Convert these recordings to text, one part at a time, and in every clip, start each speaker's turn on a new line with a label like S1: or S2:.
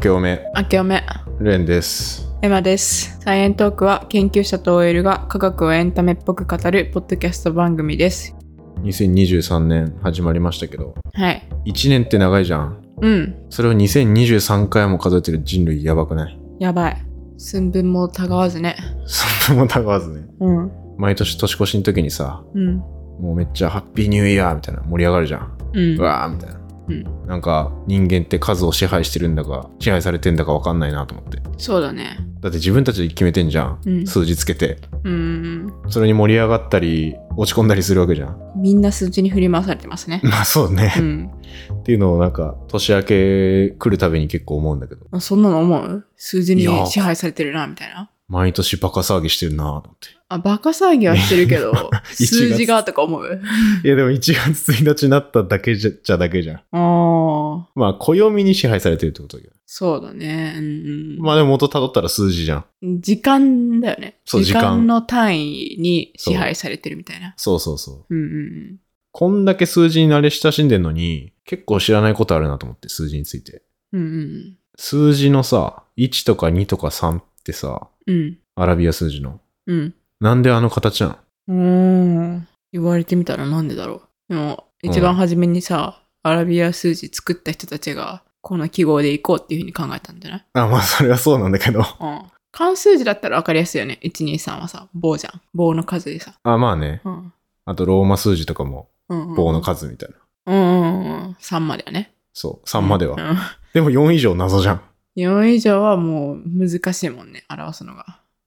S1: けおめ
S2: 明けおめ
S1: レンです
S2: エマですサイエントークは研究者と OL が科学をエンタメっぽく語るポッドキャスト番組です
S1: 2023年始まりましたけど
S2: はい
S1: 1年って長いじゃん
S2: うん
S1: それを2023回も数えてる人類やばくない
S2: やばい寸分もたがわずね
S1: そんなもたがわずね
S2: うん
S1: 毎年年越しの時にさ
S2: うん
S1: もうめっちゃハッピーニューイヤーみたいな盛り上がるじゃん
S2: うん
S1: うわーみたいな
S2: うん
S1: なんか人間って数を支配してるんだか支配されてんだかわかんないなと思って
S2: そうだね
S1: だって自分たちで決めてんじゃん、
S2: うん
S1: 数字つけて
S2: うん
S1: それに盛り上がったり落ち込んだりするわけじゃん
S2: みんな数字に振り回されてますね
S1: まあそうね
S2: うん
S1: っていうのをなんか年明け来るたびに結構思うんだけど
S2: あそんなの思う数字
S1: い
S2: に
S1: や
S2: 支配されてるなみたいな
S1: 毎年バカ騒ぎしてるなぁと思って
S2: あバカ騒ぎはしてるけ ど
S1: 月
S2: 数字がとか思う
S1: いやでも1月1日になっただけじゃじゃだけじゃん
S2: ああ
S1: まあ暦に支配されてるってことだけど
S2: そうだねうんうん
S1: まあでも元たどったら数字じゃん
S2: 時間だよね。
S1: そう時間
S2: の単位に支配されてるみたいな。
S1: そうそうそう
S2: うんうん
S1: こんだけ数字に慣れ親しんでんのに結構知らないことあるなと思って数字について
S2: うん。うん
S1: 数字のさ1とか2とか3ってさ
S2: うん。うん。
S1: アラビア数字の
S2: うん。
S1: なんであの形なの
S2: うーん。言われてみたらなんでだろう。で
S1: う
S2: も、
S1: ん
S2: 一番初めにさ、アラビア数字作った人たちが、この記号でいこうっていうふうに考えたんじゃない
S1: あまあそれはそうなんだけど
S2: うん。関数字だったら分かりやすいよね。123はさ、棒じゃん。棒の数でさ。
S1: あまあね
S2: うん。
S1: あとローマ数字とかも
S2: うん、うん。
S1: 棒の。数みたいな、
S2: うんうんうん。3まではね。
S1: そう3までは、
S2: うん。
S1: でも4以上謎じゃん
S2: 4以上はもう難しいもんね。表すのが。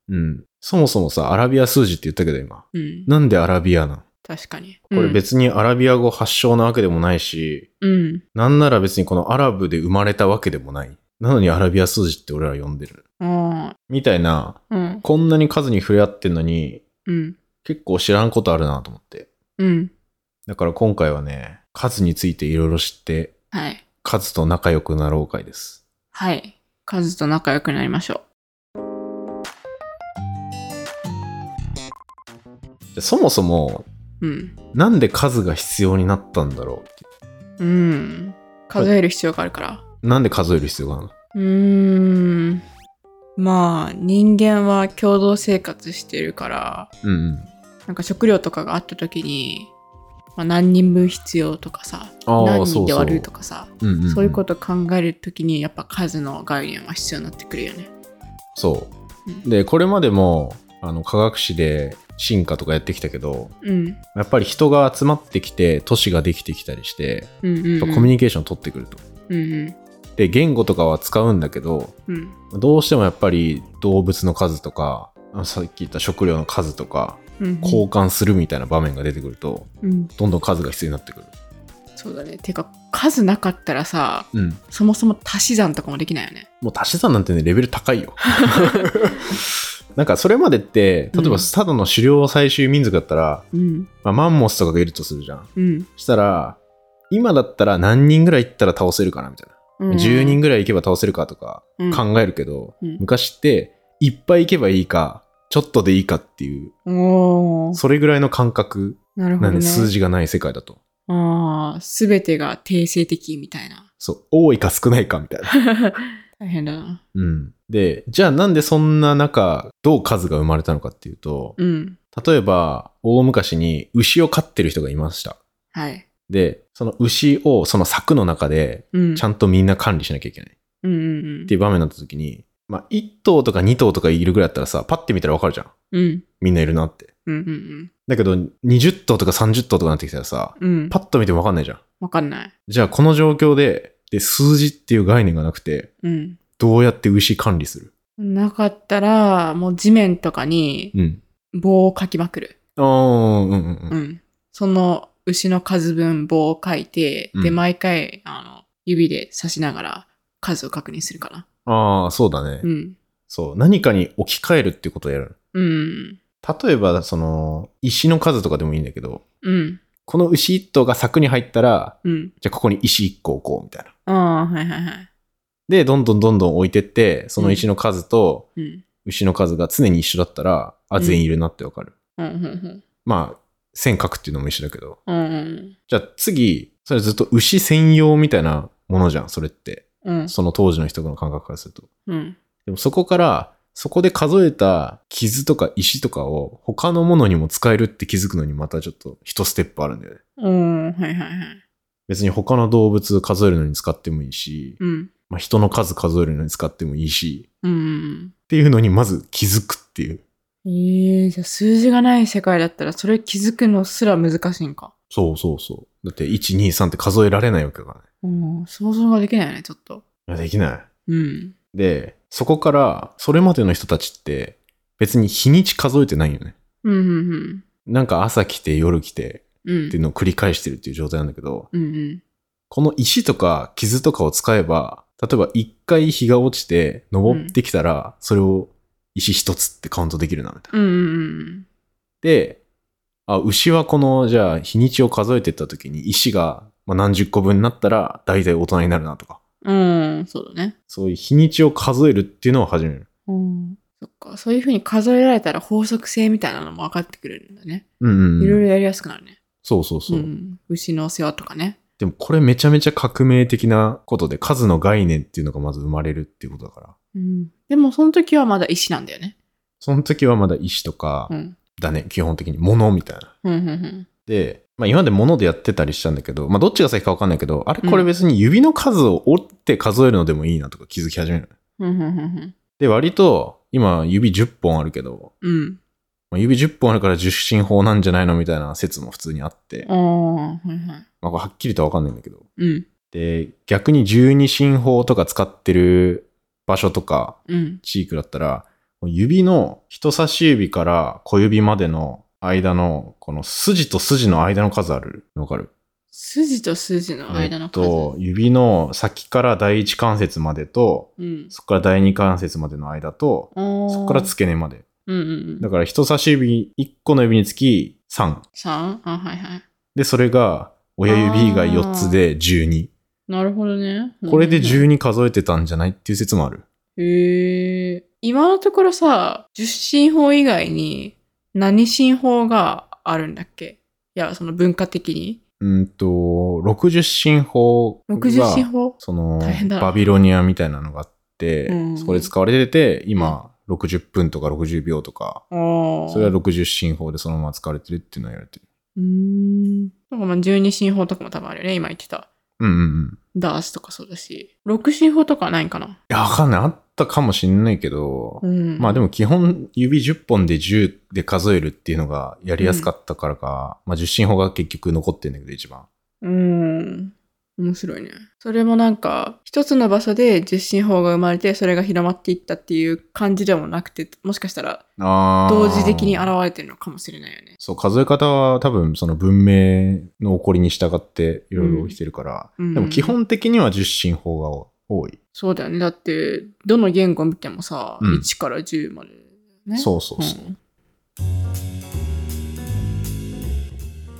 S1: うんそもそもさアラビア数字って言ったけど今
S2: うん。
S1: なんでアラビアなん
S2: 確かに。
S1: これ
S2: うん
S1: 別にアラビア語発祥なわけでもないし、
S2: うん。
S1: なんなら別にこのアラブで生まれたわけでもないなのにアラビア数字って俺ら呼んでる
S2: うん。
S1: みたいな
S2: うん。
S1: こんなに数に触れ合ってんのに
S2: うん。
S1: 結構知らんことあるなと思って
S2: うん。
S1: だから今回はね数についていろいろ知って
S2: はい。
S1: 数と仲良くなろう会です
S2: はい。カズと仲良くなりましょ
S1: じゃあそもそも
S2: う。うん。
S1: なんで数が必要になったんだろうって
S2: うん。数える必要があるから。
S1: なんで数える必要があるの
S2: うーん。まあ、人間は共同生活してるから、
S1: うんうん
S2: なんか食料とかがあった時に、まあ、何人分必要とかさ、
S1: あー
S2: 何人で割る
S1: そう
S2: とかさ、
S1: そう,、んんん
S2: そういうこと考える時に、やっぱ数の概念は必要になってくるよね。
S1: そう、
S2: うん
S1: でこれまでもあの科学史で進化とかやってきたけど
S2: うん。
S1: やっぱり人が集まってきて都市ができてきたりして、
S2: うんうん、うん。
S1: コミュニケーションを取ってくると
S2: うん
S1: で言語とかは使うんだけど
S2: うん。うん。
S1: どうしてもやっぱり動物の数とかあさっき言った食料の数とか
S2: うん。
S1: 交換するみたいな場面が出てくると、
S2: うん。
S1: どんどん数が必要になってくる
S2: そうだね。てか、数なかったらさ、
S1: うん
S2: そもそも足し算とかもできないよね。
S1: もう足し算なんてねレベル高い よなんかそれまでって例え
S2: う
S1: ば
S2: ん
S1: ただの狩猟採集民族だったら、
S2: うん。
S1: まあ、マンモスとかがいるとするじゃん
S2: うん。
S1: したら今だったら何人ぐらい行ったら倒せるかなみたいな、10人ぐらい行けば倒せるかとか
S2: うん
S1: 考えるけど、
S2: うん
S1: 昔っていっぱい行けばいいかちょっとでいいかっていう
S2: おー
S1: それぐらいの感覚
S2: なるほ
S1: な
S2: ど、
S1: んで
S2: ね。
S1: 数字がない世界だと
S2: ああ、すべてが定性的みたいな。
S1: そう多いか少ないかみたいな、
S2: 大変だな。
S1: うん、でじゃあなんでそんな中どう数が生まれたのかっていうと
S2: うん。
S1: 例えば大昔に牛を飼ってる人がいました
S2: はい。
S1: でその牛をその柵の中で
S2: うん。
S1: ちゃんとみんな管理しなきゃいけない
S2: うんうん
S1: っていう場面になった時に、まあ、1頭とか2頭とかいるぐらいだったらさパッて見たらわかるじゃん
S2: うん。うん。
S1: みんないるなって
S2: うんうん
S1: だけど20頭とか30頭とかなってきたらさ
S2: うん。うん。
S1: パッと見てもわかんないじゃん
S2: わかんない。
S1: じゃあこの状況でで数字っていう概念がなくて
S2: うん。
S1: どうやって牛管理する
S2: なかったら、もう地面とかに
S1: うん
S2: 棒をかきまくる。
S1: ああうんうんうん
S2: うん。その牛の数分棒を書いて、
S1: うん
S2: で、毎回、あの、指で刺しながら数を確認するかな。
S1: ああそうだね、
S2: うん。
S1: そう何かに置き換えるっていうことをやる
S2: うん。
S1: 例えばその石の数とかでもいいんだけど
S2: うん。
S1: この牛1頭が柵に入ったら
S2: うん。
S1: じゃあここに石1個置こうみたいな
S2: ああ、はいはいはい。
S1: でどんどんどんどん置いてってその石の数と、
S2: うん。
S1: 牛の数が常に一緒だったら、あ、
S2: うん
S1: 全員いるなってわかる。
S2: うんうん
S1: まあ、線書くっていうのも一緒だけど。
S2: うん。うん。
S1: じゃあ次、それずっと牛専用みたいなものじゃん、それって。
S2: うん。
S1: その当時の人の感覚からすると。
S2: うん。
S1: でもそこから、そこで数えた傷とか石とかを他のものにも使えるって気づくのにまたちょっと一ステップあるんだよね。
S2: うん。はいはいはい。
S1: 別に他の動物数えるのに使ってもいいし、
S2: うん。
S1: まあ、人の数数えるのに使ってもいいし、
S2: うん。
S1: っていうのにまず気づくっていう。
S2: えー、じゃあ数字がない世界だったら、それ気づくのすら難しいんか。
S1: そうそうそう。だって1、2、3って数えられないわけだか
S2: うん。想像ができないよね、ちょっと。
S1: らね。いやできない。
S2: うん。
S1: で、そこから、それまでの人たちって、別に日にち数えてないよね。
S2: うん。うん。
S1: なんか朝来て夜来て
S2: うん。うん
S1: っていうのを繰り返してるっていう状態なんだけど、
S2: うんうん。
S1: この石とか傷とかを使えば、例えば一回日が落ちて登ってきたら、それを石一つってカウントできるな、みたいな。
S2: うんうん
S1: で、あ、牛はこの、じゃあ日にちを数えてった時に石がまあ何十個分になったら大体大人になるなとか、
S2: うん。うん、そうだね。
S1: そういう日にちを数えるっていうのを始める。
S2: うん。そっか。そういうふうに数えられたら法則性みたいなのも分かってくれるんだね。
S1: うんうん、うん。
S2: いろいろやりやすくなるね。
S1: そうそうそう。
S2: ん。牛の世話とかね。
S1: でもこれめちゃめちゃ革命的なことで数の概念っていうのがまず生まれるっていうことだから。
S2: うん。でも、その時はまだ石なんだよね。
S1: その時はまだ石とか
S2: うん。
S1: だね、基本的に物みたいな。
S2: うん、うん、うん。
S1: で、まあ今まで物でやってたりしたんだけど、まあどっちが先かわかんないけど、あれこれ別に指の数を折って数えるのでもいいなとか気づき始める。
S2: うん、うん、うん
S1: で、割と今指10本あるけど、
S2: うん。
S1: まあ指10本あるから十進法なんじゃないのみたいな説も普通にあって、
S2: うん。ああー、はいはい。
S1: まあこれはっきりとはわかんないんだけど。
S2: うん。
S1: で、逆に十二進法とか使ってる場所とか、
S2: うん。
S1: チークだったら、指の人差し指から小指までの間の、この筋と筋の間の数ある。わかる
S2: 筋と筋の間
S1: えっ
S2: の数。
S1: と、指の先から第一関節までと、
S2: うん。
S1: そこから第二関節までの間と、そ
S2: そ
S1: こから付け根まで。
S2: うんうんう
S1: だ
S2: ん。
S1: から人差し指1個の指につき3。
S2: 3? あ、はいはい。
S1: で、それが親指が4つで12。
S2: なるほどね。
S1: これで
S2: うんうんうん
S1: 12数えてたんじゃないっていう説もある。
S2: へえ。今のところさ、十進法以外に何進法があるんだっけいや、その文化的に。
S1: うんと、60進法が。
S2: 60進法
S1: その
S2: 大変だな
S1: バビロニアみたいなのがあって、
S2: うん
S1: そこで使われてて今60分とか60秒とか
S2: ああ。
S1: それは60進法でそのまま使われてるっていうのをやれてる
S2: うーん。なんかまあ十二進法とかも多分あるよね、今言ってた。
S1: うんうんうん
S2: ダースとかそうだし。六進法とかはないんかない
S1: やわかんないあったかもしんないけど、
S2: うん。
S1: まあで
S2: も。
S1: も基本指10本で10で数えるっていうのがやりやすかったからか、まあ10進法が結局残ってんだけど一番
S2: うん。面白いね。それもなんか、一つの場所で十進法が生まれて、それが広まっていったっていう感じでもなくて、もしかしたら
S1: あー
S2: 同時的に現れてるのかもしれないよね。
S1: そう数え方は多分その文明の起こりに従っていろいろ起きてるから、
S2: うん
S1: でも基本的には10進法が多い
S2: そうだよね。だって、どの言語見てもさ、
S1: うん
S2: 1から10まで、ね。
S1: そうそうそう
S2: うん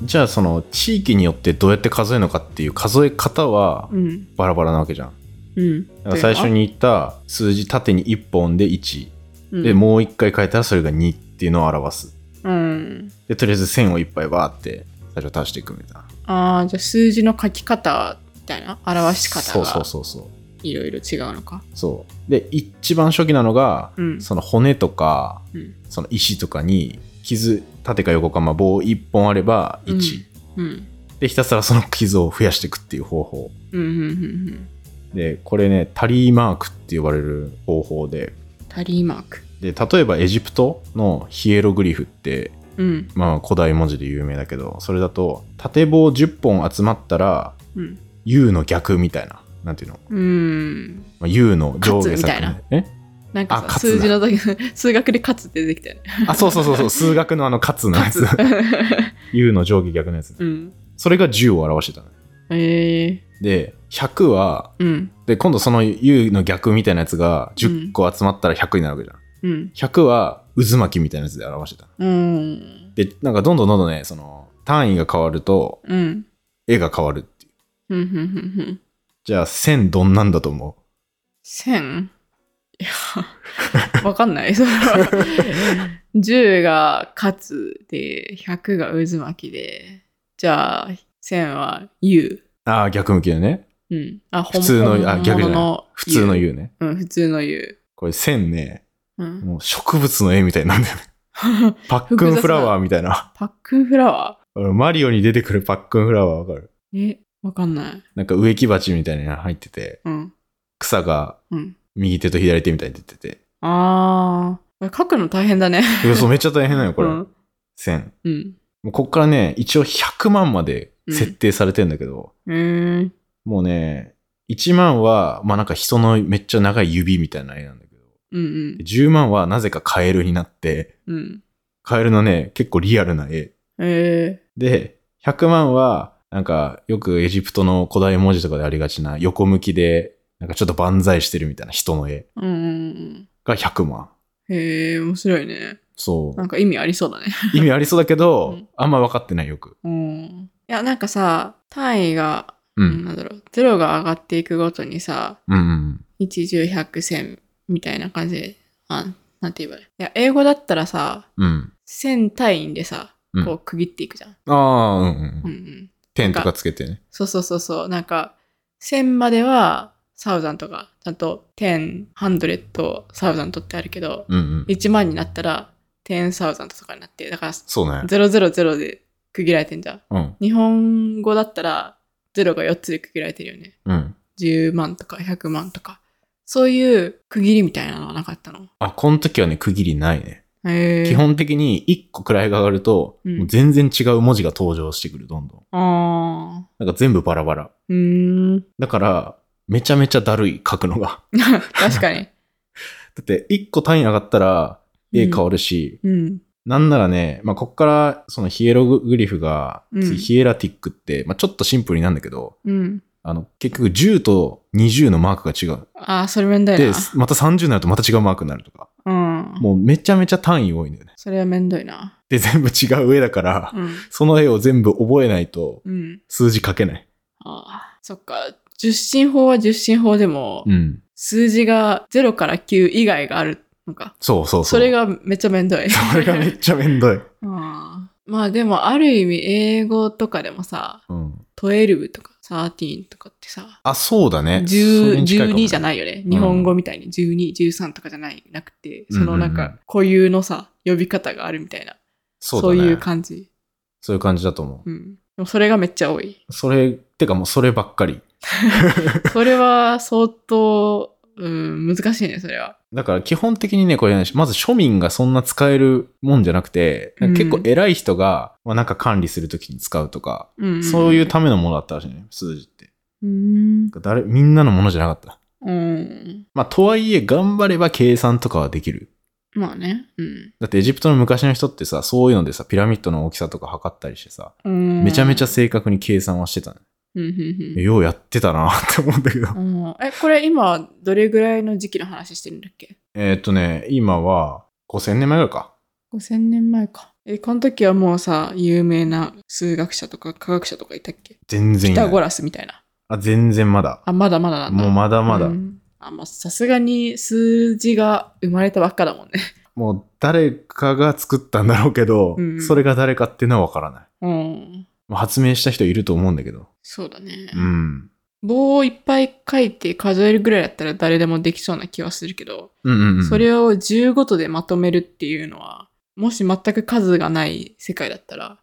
S1: じゃあその地域によってどうやって数えるのかっていう数え方は
S2: うん。
S1: バラバラなわけじゃん。
S2: うん。
S1: だから最初に言った数字縦に1本で1、
S2: うん、
S1: でもう1回変えたらそれが2っていうのを表す。
S2: うん。
S1: でとりあえず線をいっぱいバーって最初足していくみたいな。
S2: ああ、じゃあ数字の書き方みたいな、表し方
S1: そうそう
S2: が
S1: そうそう。
S2: いろいろ違うのか。
S1: そうで一番初期なのが、
S2: うん
S1: その骨とか
S2: うん。
S1: その石とかに傷縦か横か、まあ、棒1本あれば1、
S2: うん。
S1: でひたすらその傷を増やしていくっていう方法。
S2: うん。うん。うん。うん。
S1: でこれねタリーマークって呼ばれる方法で。
S2: タリーマーク。
S1: で例えばエジプトのヒエログリフって、
S2: うん。
S1: まあ、古代文字で有名だけどそれだと縦棒10本集まったら
S2: うん。
S1: U の逆みたいななんていうの、
S2: うん。
S1: まあ、U の上下
S2: 勝つみた
S1: 作
S2: いな
S1: え
S2: なんか
S1: あ
S2: さ、
S1: 勝つ
S2: 数
S1: な
S2: 字の 時、数学で勝つって出てきたよね。
S1: あそうそうそう そう数学のあの 勝つのやつ U の上下逆のやつ
S2: うん。
S1: それが10を表してたの
S2: ええ
S1: で100は
S2: うん。
S1: で今度その U の逆みたいなやつが10個集まったら100になるわけじゃん、
S2: うん。
S1: 100は渦巻きみたいなやつで表してたの
S2: うん。
S1: でなんかどんどんどんどんねその単位が変わると
S2: うん。
S1: 絵が変わるっていう
S2: うん。うん。うん。
S1: じゃあ、線どんなんだと思
S2: 千いや、 わかんない。それは10が勝つで、100が渦巻きで、じゃあ、1000は U。
S1: うああ、逆向きでね。
S2: うん。あ、ほ
S1: 普
S2: ん
S1: 通の、あ、逆
S2: 本
S1: じゃ
S2: 物
S1: ない
S2: の。
S1: 普通の
S2: 湯。
S1: 言うね。
S2: うん、普通の湯。
S1: これ線ね、
S2: うん。
S1: もう植物の絵みたいになんだよね。 パックンフラワーみたいな。
S2: パックンフラワ
S1: 俺マリオに出てくるパックンフラワーわかる
S2: ーえ、わかんない。
S1: なんか植木鉢みたいなのが入ってて、
S2: うん。
S1: 草が
S2: うん。
S1: 右手と左手みたいに出てて。
S2: あー。これ書くの大変だね。
S1: いや、そうめっちゃ大変なのこれ。
S2: うん。
S1: 線。
S2: うん。
S1: もうこっからね、一応100万まで設定されてんだけど、
S2: えー。
S1: もうね、1万は、まあなんか人のめっちゃ長い指みたいな絵なんだけど、
S2: うん
S1: で10万はなぜかカエルになって、
S2: うん。うん。
S1: カエルのね、結構リアルな絵。
S2: え
S1: で、100万は、なんかよくエジプトの古代文字とかでありがちな横向きで、なんかちょっと万歳してるみたいな人の絵
S2: ー。うんうん
S1: が100万。
S2: うん。へえー、面白いね。
S1: そ
S2: なんか意味ありそうだね。
S1: う。意味ありそうだけど、
S2: うん
S1: あんま分かってないよく。
S2: うん。いや、なんかさ、単位が、
S1: う
S2: うん
S1: ん。
S2: なんだろう、ゼロが上がっていくごとにさ、
S1: うんうん。
S2: 一十百千みたいな感じで、あ、なんて言えばいい。いや、英語だったらさ、
S1: うん。
S2: 千単位でさ
S1: う、ん
S2: こう区切っていくじゃん。
S1: ああ、うんうん
S2: う、
S1: うん。
S2: うんん。
S1: ペンとかつけてね。
S2: そうそうそうそう。なんか、千までは、サウザンとか、ちゃんと、10、100、サウザントってあるけど、
S1: うんうん。
S2: 1万になったら、10サウザントとかになって、だから、
S1: そうね。
S2: 000で区切られてんじゃん。
S1: うん。
S2: 日本語だったら、0が4つで区切られてるよね。
S1: うん。
S2: 10万とか100万とか。そういう区切りみたいなのはなかったの。
S1: あ、この時はね、区切りないね。
S2: へえ。
S1: 基。本的に1個位が上がると、
S2: うん
S1: もう全然違う文字が登場してくる、どんどん。
S2: ああ。
S1: なんか全部バラバラ。
S2: うーん。
S1: だから、めちゃめちゃだるい、書くのが。
S2: 確かに。
S1: だって、1個単位上がったら、 絵変わるし、
S2: うん。
S1: なんならね、まあ、こっから、そのヒエログリフが、
S2: うん
S1: 次ヒエラティックって、まあ、ちょっとシンプルになんだけど、
S2: うん。
S1: あの、結局10と20のマークが違う。
S2: ああ、それ面倒
S1: で
S2: い、
S1: また30になるとまた違うマークになるとか。
S2: な。うん。
S1: もうめちゃめちゃ単位多いんだよね。
S2: それは面倒いな。
S1: で、全部違う絵だから、
S2: うん。
S1: その絵を全部覚えないと、
S2: うん。
S1: 数字書けない。
S2: ああ。そっか。十進法は十進法でも、
S1: うん。
S2: 数字が0から9以外があるのか。
S1: そうそうそう。
S2: それ、がめっちゃ面倒い。
S1: それがめっちゃめんどい。
S2: あーまあでもある意味英語とかでもさ、
S1: うん。
S2: 12とか13とかってさ、
S1: あ、そうだね。
S2: 10 12じゃ
S1: ない。
S2: ないよね。日本語みたいに12、13とかじゃない、なくて、そのなん
S1: うんうんう
S2: か固有のさ、呼び方があるみたいな、
S1: そ
S2: そうう
S1: だね。
S2: いう感じ。
S1: そういう感じだと思
S2: うん。でもそれがめっちゃ多い。
S1: う。それ、てかもうそればっかり。
S2: それは相当、うん、難しいね、それは。
S1: だから基本的にね、これね、まず庶民がそんな使えるもんじゃなくて、
S2: うん
S1: 結構偉い人が、まあ、なんか管理するときに使うとか、
S2: うん、
S1: そういうためのものだったらしいね、数字って。
S2: うん。
S1: 誰、みんなのものじゃなかった。
S2: うん。
S1: まあ、とはいえ、頑張れば計算とかはできる。
S2: まあね。うん
S1: だってエジプトの昔の人ってさ、そういうのでさ、ピラミッドの大きさとか測ったりしてさ、
S2: うん。
S1: めちゃめちゃ正確に計算はしてたね。
S2: うん、うん、うん。
S1: ようやってたなって思うんだけど。
S2: うんえ、これ今、どれぐらいの時期の話してるんだっけ
S1: えーっとね、今は5000年前ぐらいか。
S2: ?5000 年前か。え、この時はもうさ、有名な数学者とか科学者とかいたっけ
S1: 全然
S2: ピ
S1: いな
S2: タ
S1: い
S2: ゴラスみたいな。
S1: あ、全然まだ。
S2: あ、まだまだなんだ。
S1: もうまだまだ。
S2: うんあ、まあ、さすがに数字が生まれたばっかだもんね。
S1: もう誰かが作ったんだろうけど、
S2: うん
S1: それが誰かっていうのはわからない。
S2: うん。
S1: まあ発明した人いると思うんだけど。
S2: そうだね。
S1: うん。
S2: 棒をいっぱい書いて数えるぐらいだったら誰でもできそうな気はするけど、
S1: うんうん、うん。
S2: それを10ごとでまとめるっていうのは、もし全く数がない世界だったら、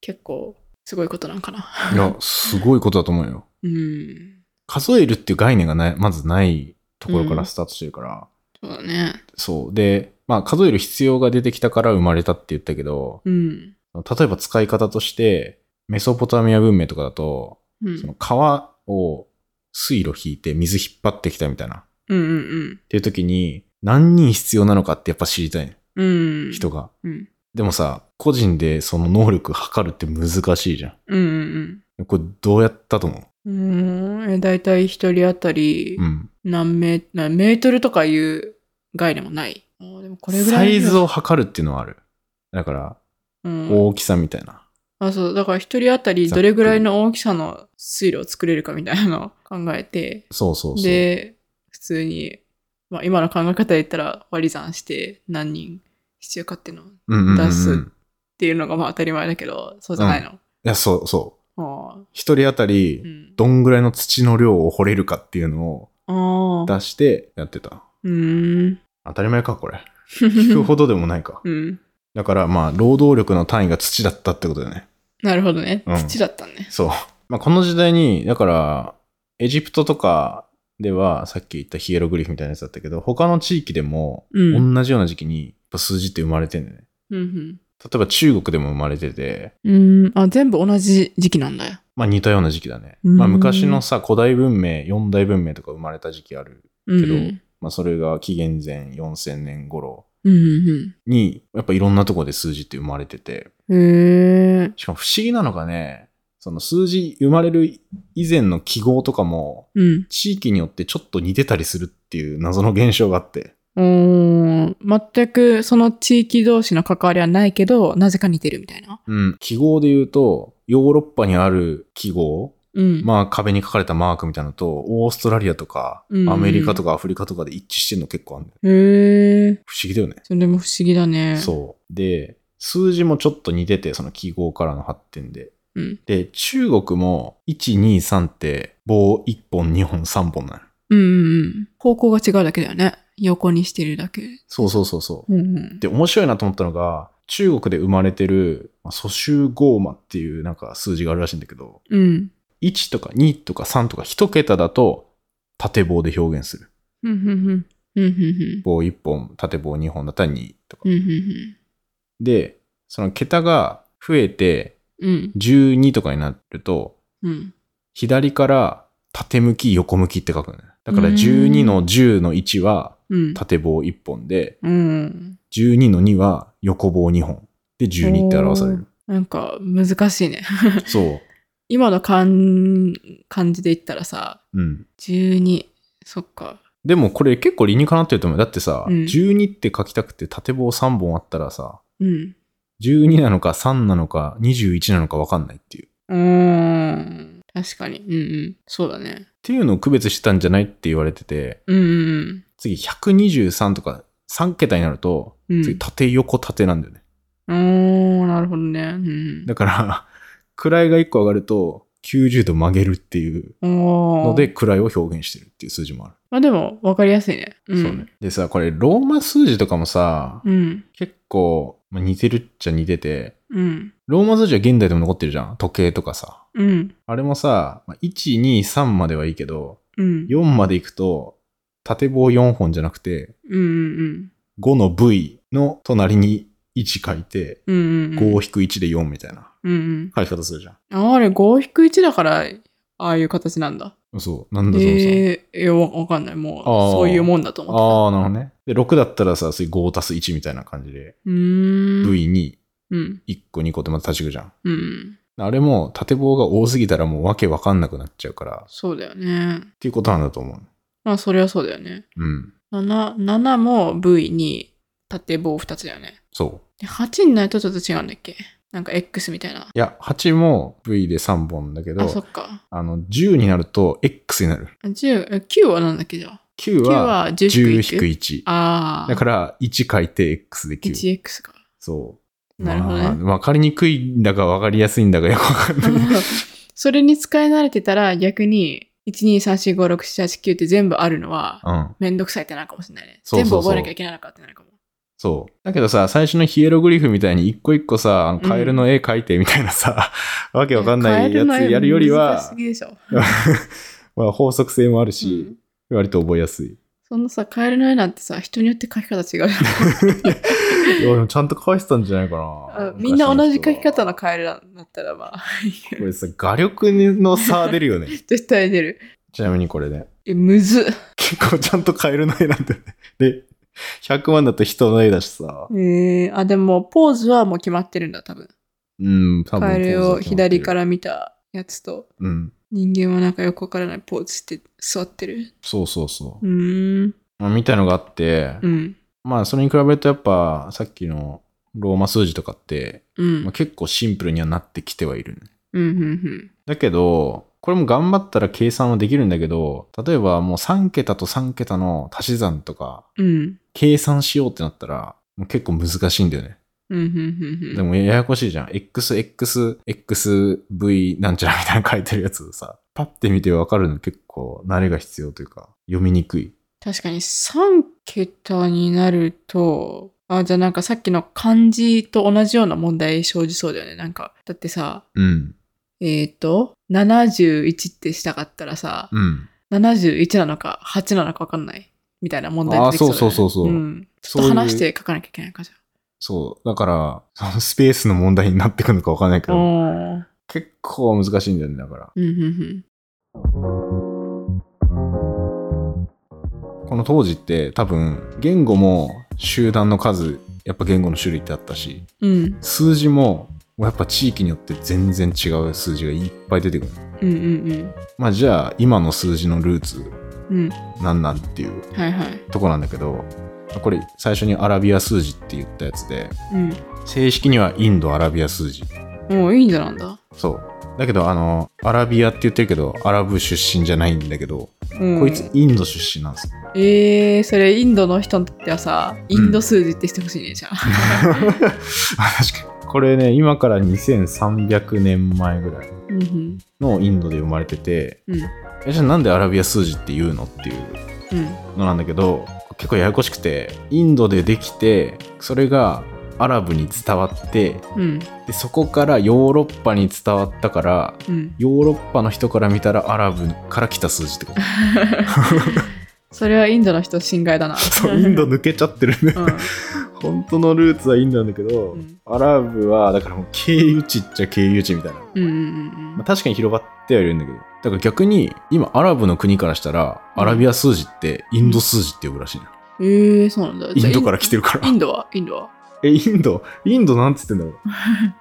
S2: 結構すごいことなんかな。
S1: いや、すごいことだと思うよ。
S2: うん。
S1: 数えるっていう概念がない、まずないところからスタートしてるから。
S2: そうだね。
S1: そう。で、まあ数える必要が出てきたから生まれたって言ったけど、
S2: うん。
S1: 例えば使い方として、メソポタミア文明とかだと、
S2: うん。
S1: その川を水路引いて水引っ張ってきたみたいな。っ
S2: うんうん
S1: ていう時に、何人必要なのかってやっぱ知りたいね、
S2: うん。うん。
S1: 人が。
S2: うん。
S1: でもさ、個人でその能力測るって難しいじゃ
S2: うんうん
S1: ん。これどうやったと思う
S2: うん。うーん。え、だいたい一人当たり
S1: うん。
S2: 何メ,、何メートルとかいう概念もない。あーでもこれぐら
S1: サ
S2: い。
S1: イズを測るっていうのはある。だから、
S2: うん。
S1: 大きさみたいな。
S2: あ、そう。だから一人当たりどれぐらいの大きさの水路を作れるかみたいなのを考えて、
S1: そうそうそう。
S2: で、普通に、まあ今の考え方で言ったら割り算して何人必要かっていうのっ
S1: うんうんうんうん
S2: 出すていうのがまあ当たり前だけど、そうじゃないの。
S1: いや、そうそう。
S2: ああ。
S1: 一人当た
S2: う
S1: り、
S2: ん。
S1: どんぐらいの土の量を掘れるかっていうのを
S2: ああ。
S1: 出してやってた。
S2: うーん。
S1: 当たり前か、これ。 聞くほどでもないか。
S2: うん。
S1: だから、まあ、労働力の単位が土だったってことだよね。
S2: なるほどね。
S1: うん
S2: 土だったね。
S1: そう。 まあ、この時代に、だから、エジプトとかでは、さっき言ったヒエログリフみたいなやつだったけど、他の地域でも、
S2: うん。
S1: 同じような時期に、やっぱ数字って生まれてんだよね。
S2: うん。
S1: 例えば中国でも生まれてて、
S2: うん。あ、全部同じ時期なんだよ。
S1: まあ似たような時期だね。
S2: うん
S1: まあ昔のさ、古代文明、四大文明とか生まれた時期ある。
S2: うん。
S1: けど
S2: うん
S1: まあそれが紀元前4000年頃
S2: うん
S1: に、やっぱいろんなとこで数字って生まれてて、
S2: うん。へえ。
S1: しかも不思議なのがね、その数字生まれる以前の記号とかも、
S2: うん。
S1: 地域によってちょっと似てたりするっていう謎の現象があって、
S2: おー全くその地域同士の関わりはないけど、なぜか似てるみたいな。
S1: うん、記号で言うと、ヨーロッパにある記号、
S2: うん。
S1: まあ壁に書かれたマークみたいなのと、オーストラリアとか
S2: うんう、ん
S1: アメリカとかアフリカとかで一致してるの結構あるんだよ。
S2: へえ。
S1: 不思議だよね。
S2: それも不思議だね。
S1: そう。で、数字もちょっと似てて、その記号からの発展で。
S2: う。ん。
S1: で、中国も、1、2、3って棒1本、2本、3本なの。
S2: うんうんうん。方向が違うだけだよね。横にしてるだけ。
S1: そうそうそうそう。
S2: うんうん。
S1: で、面白いなと思ったのが、中国で生まれてる、まあ蘇州ゴーマっていうなんか数字があるらしいんだけど、
S2: うん。
S1: 1とか2とか3とか1桁だと、縦棒で表現する。
S2: うんうんうん。うんうんうん。
S1: 棒1本、縦棒2本だったら2とか
S2: う。んうん
S1: で、その桁が増えて、
S2: うん。うん。
S1: 12とかになると、
S2: うん。
S1: 左から縦向き横向きって書くのね。だから
S2: うーん
S1: 12の10の1は
S2: うん。
S1: 縦棒1本で、
S2: うん。
S1: 12の2は横棒2本で12って表される。
S2: なんか難しいね。
S1: そ
S2: 今の漢漢字で言ったらさ、
S1: う。うん。
S2: 12。そっか。
S1: でもこれ結構理にかなってると思う。だってさ、
S2: うん
S1: 12って書きたくて縦棒3本あったらさ、
S2: うん。
S1: 12なのか3なのか21なのかわかんないっていう。っ
S2: うーん。確かに。うんうん。そうだね。
S1: ていうのを区別してたんじゃないって言われてて、
S2: うんうん
S1: 次123とか3桁になると、
S2: うん。うん
S1: 次縦横縦なんだよね。
S2: おー、なるほどね。うん
S1: だから、 位が1個上がると、90度曲げるっていう
S2: うん。おー。
S1: ので、、位を表現してるっていう数字もある。
S2: まあでも、わかりやすいね。うん、
S1: そうね。。でさ、これ、ローマ数字とかもさ、
S2: うん。
S1: 結構、まあ似てるっちゃ似てて、
S2: うん。
S1: ローマ数字は現代でも残ってるじゃん。時計とかさ。
S2: うん。
S1: あれもさ、まあ1、2、3まではいいけど、
S2: うん。
S1: 4まで行くと、縦棒4本じゃなくて、
S2: うんうん
S1: 5の V の隣に1書いて、
S2: うん。うんうんうん。
S1: 5-1で4みたいな
S2: うんうん。
S1: 書き方するじゃ
S2: ああれ、5-1だから、ああいう形なんだ。
S1: ん。そう。なんだそのさ。
S2: えー、いや、わわかんない。もう、
S1: あー
S2: そういうもんだと思ってた。
S1: ああ、なるほどね。で、6だったらさ、次5足す1みたいな感じで、
S2: うーん。
S1: V に
S2: うん。
S1: 1個2個ってまた足していくじゃん。
S2: うん。
S1: あれも縦棒が多すぎたらもうわけわかんなくなっちゃうから、っ
S2: そうだよね。
S1: ていうことなんだと思う。
S2: まあ、それはそうだよね。
S1: うん。
S2: 7、7も V に縦棒2つだよね。
S1: そう。
S2: で、8になるとちょっと違うんだっけなんか X みたいな。
S1: いや、8も V で3本だけど、
S2: あ、そ
S1: あ
S2: っか。
S1: の、10になると X になる。
S2: 10、え9はなんだっけじゃあ。
S1: 9
S2: 9
S1: は
S2: は
S1: 10
S2: 10
S1: 引く
S2: 低い。
S1: 1。
S2: ああ。
S1: だから1書いて X で9。
S2: 1X か。
S1: そう。
S2: なるほどね
S1: まあわかりにくいんだかわかりやすいんだかよくわかんな い。
S2: それに使い慣れてたら逆に、123456789って全部あるのは、
S1: うん。
S2: めんどくさいってなるかもしれないね。
S1: そうそうそう
S2: 全部覚えなきゃいけないのかってなるかも。
S1: そう。だけどさ、最初のヒエログリフみたいに一個一個さ、あのカエルの絵描いてみたいなさ、 わけわかんないやつやるより
S2: 難し
S1: は
S2: す、ぎでしょ。
S1: まあ法則性もある
S2: う
S1: し
S2: ん、
S1: 割と覚えやす い。
S2: そのさ、カエルの絵なんてさ、人によって描き方違うよね
S1: いやでもちゃんと返してたんじゃないかな
S2: あ。みんな同じ描き方の
S1: こ
S2: カエルだったらまあ、
S1: れさ、画力の差出るよね。
S2: 絶対出る。
S1: ちなみにこれね。
S2: え、むずっ。
S1: 結構ちゃんとカエルの絵なんだよね。 で、100万だと人の絵だしさ、
S2: えー、あ、でも、ポーズはもう決まってるんだ、多分。
S1: うん、多分。。
S2: カエルを左からら見たやつと、
S1: うん。
S2: 人間はなんかよくわからないポーズして座ってる。
S1: そうそうそう
S2: ーん。
S1: う。みたいのがあって、
S2: うん。
S1: まあそれに比べるとやっぱさっきのローマ数字とかって、
S2: うん。うん
S1: まあ、結構シンプルにはなってきてはいるね、
S2: うん。うん。
S1: だけどこれも頑張ったら計算はできるんだけど例えばもう3桁と3桁の足し算とか
S2: うん。
S1: 計算しようってなったらもう結構難しいんだよね
S2: ううん、うん、うんうん。
S1: でもややこしいじゃん。XXXV なんちゃらみたいなの書いてるやつさ、パッて見てわかるの結構慣れが必要というか、読みにくい。
S2: 確かに3桁になると、あ、じゃあなんかさっきの漢字と同じような問題生じそうだよね。なんか、だってさ、
S1: うん。
S2: えっ、と、71ってしたかったらさ、
S1: うん。
S2: 71なのか8なのか分かんないみたいな問題出てきだよね
S1: あーそうそうそうそう
S2: うん。ち
S1: そ
S2: ょ
S1: う
S2: っ
S1: いう
S2: と話して書かなきゃいけないかじ
S1: そう。だから、そのスペースの問題になってくるのかわかんないけ
S2: ゃあ。
S1: ど、
S2: おー
S1: 結構難しいんだよね、だから。
S2: うんうんうん。
S1: この当時って多分、言語も集団の数、やっぱ言語の種類ってあったし、
S2: うん
S1: 数字も、もうやっぱ地域によって全然違う数字がいっぱい出てくる。
S2: うんうん
S1: まあじゃあ、今の数字のルーツ、
S2: うん。うん。
S1: なんなんっていう
S2: はいはい。
S1: とこなんだけど、これ最初にアラビア数字って言ったやつで、
S2: うん。
S1: 正式にはインドアラビア数字。
S2: もういいんじゃなんだ。
S1: そう。だけど、あの、アラビアって言ってるけど、アラブ出身じゃないんだけど、
S2: うん、
S1: こいつインド出身なんですよ。
S2: えー、それインドの人にとってはさ、インド数字ってしてほしいね、じゃあ。
S1: あ確かに。これね、今から2300年前ぐらい
S2: うんうん。
S1: のインドで生まれてて、
S2: うん。
S1: えじゃあなんでアラビア数字って言うのっていう
S2: うん。
S1: のなんだけど、結構ややこしくて、インドでできて、それがアラブに伝わって、
S2: うん。
S1: でそこからヨーロッパに伝わったから、
S2: うん。
S1: ヨーロッパの人から見たらアラブから来た数字って こと。
S2: それはインドの人心外だ な。
S1: そう、インド抜けちゃってるね。
S2: うん。
S1: 本当のルーツはインドなんだけど、
S2: うん
S1: アラブはだからもう経由地っちゃ経由地みたいな、
S2: うんうん
S1: まあ、確かに広がってはいるんだけどだから逆に今アラブの国からしたら
S2: うん
S1: アラビア数字ってインド数字って呼ぶらしいな、
S2: うんうん。えー、そうなんだ。
S1: インドから来て
S2: る。
S1: るから
S2: インドはインドは
S1: えインドインドなんつってん だろう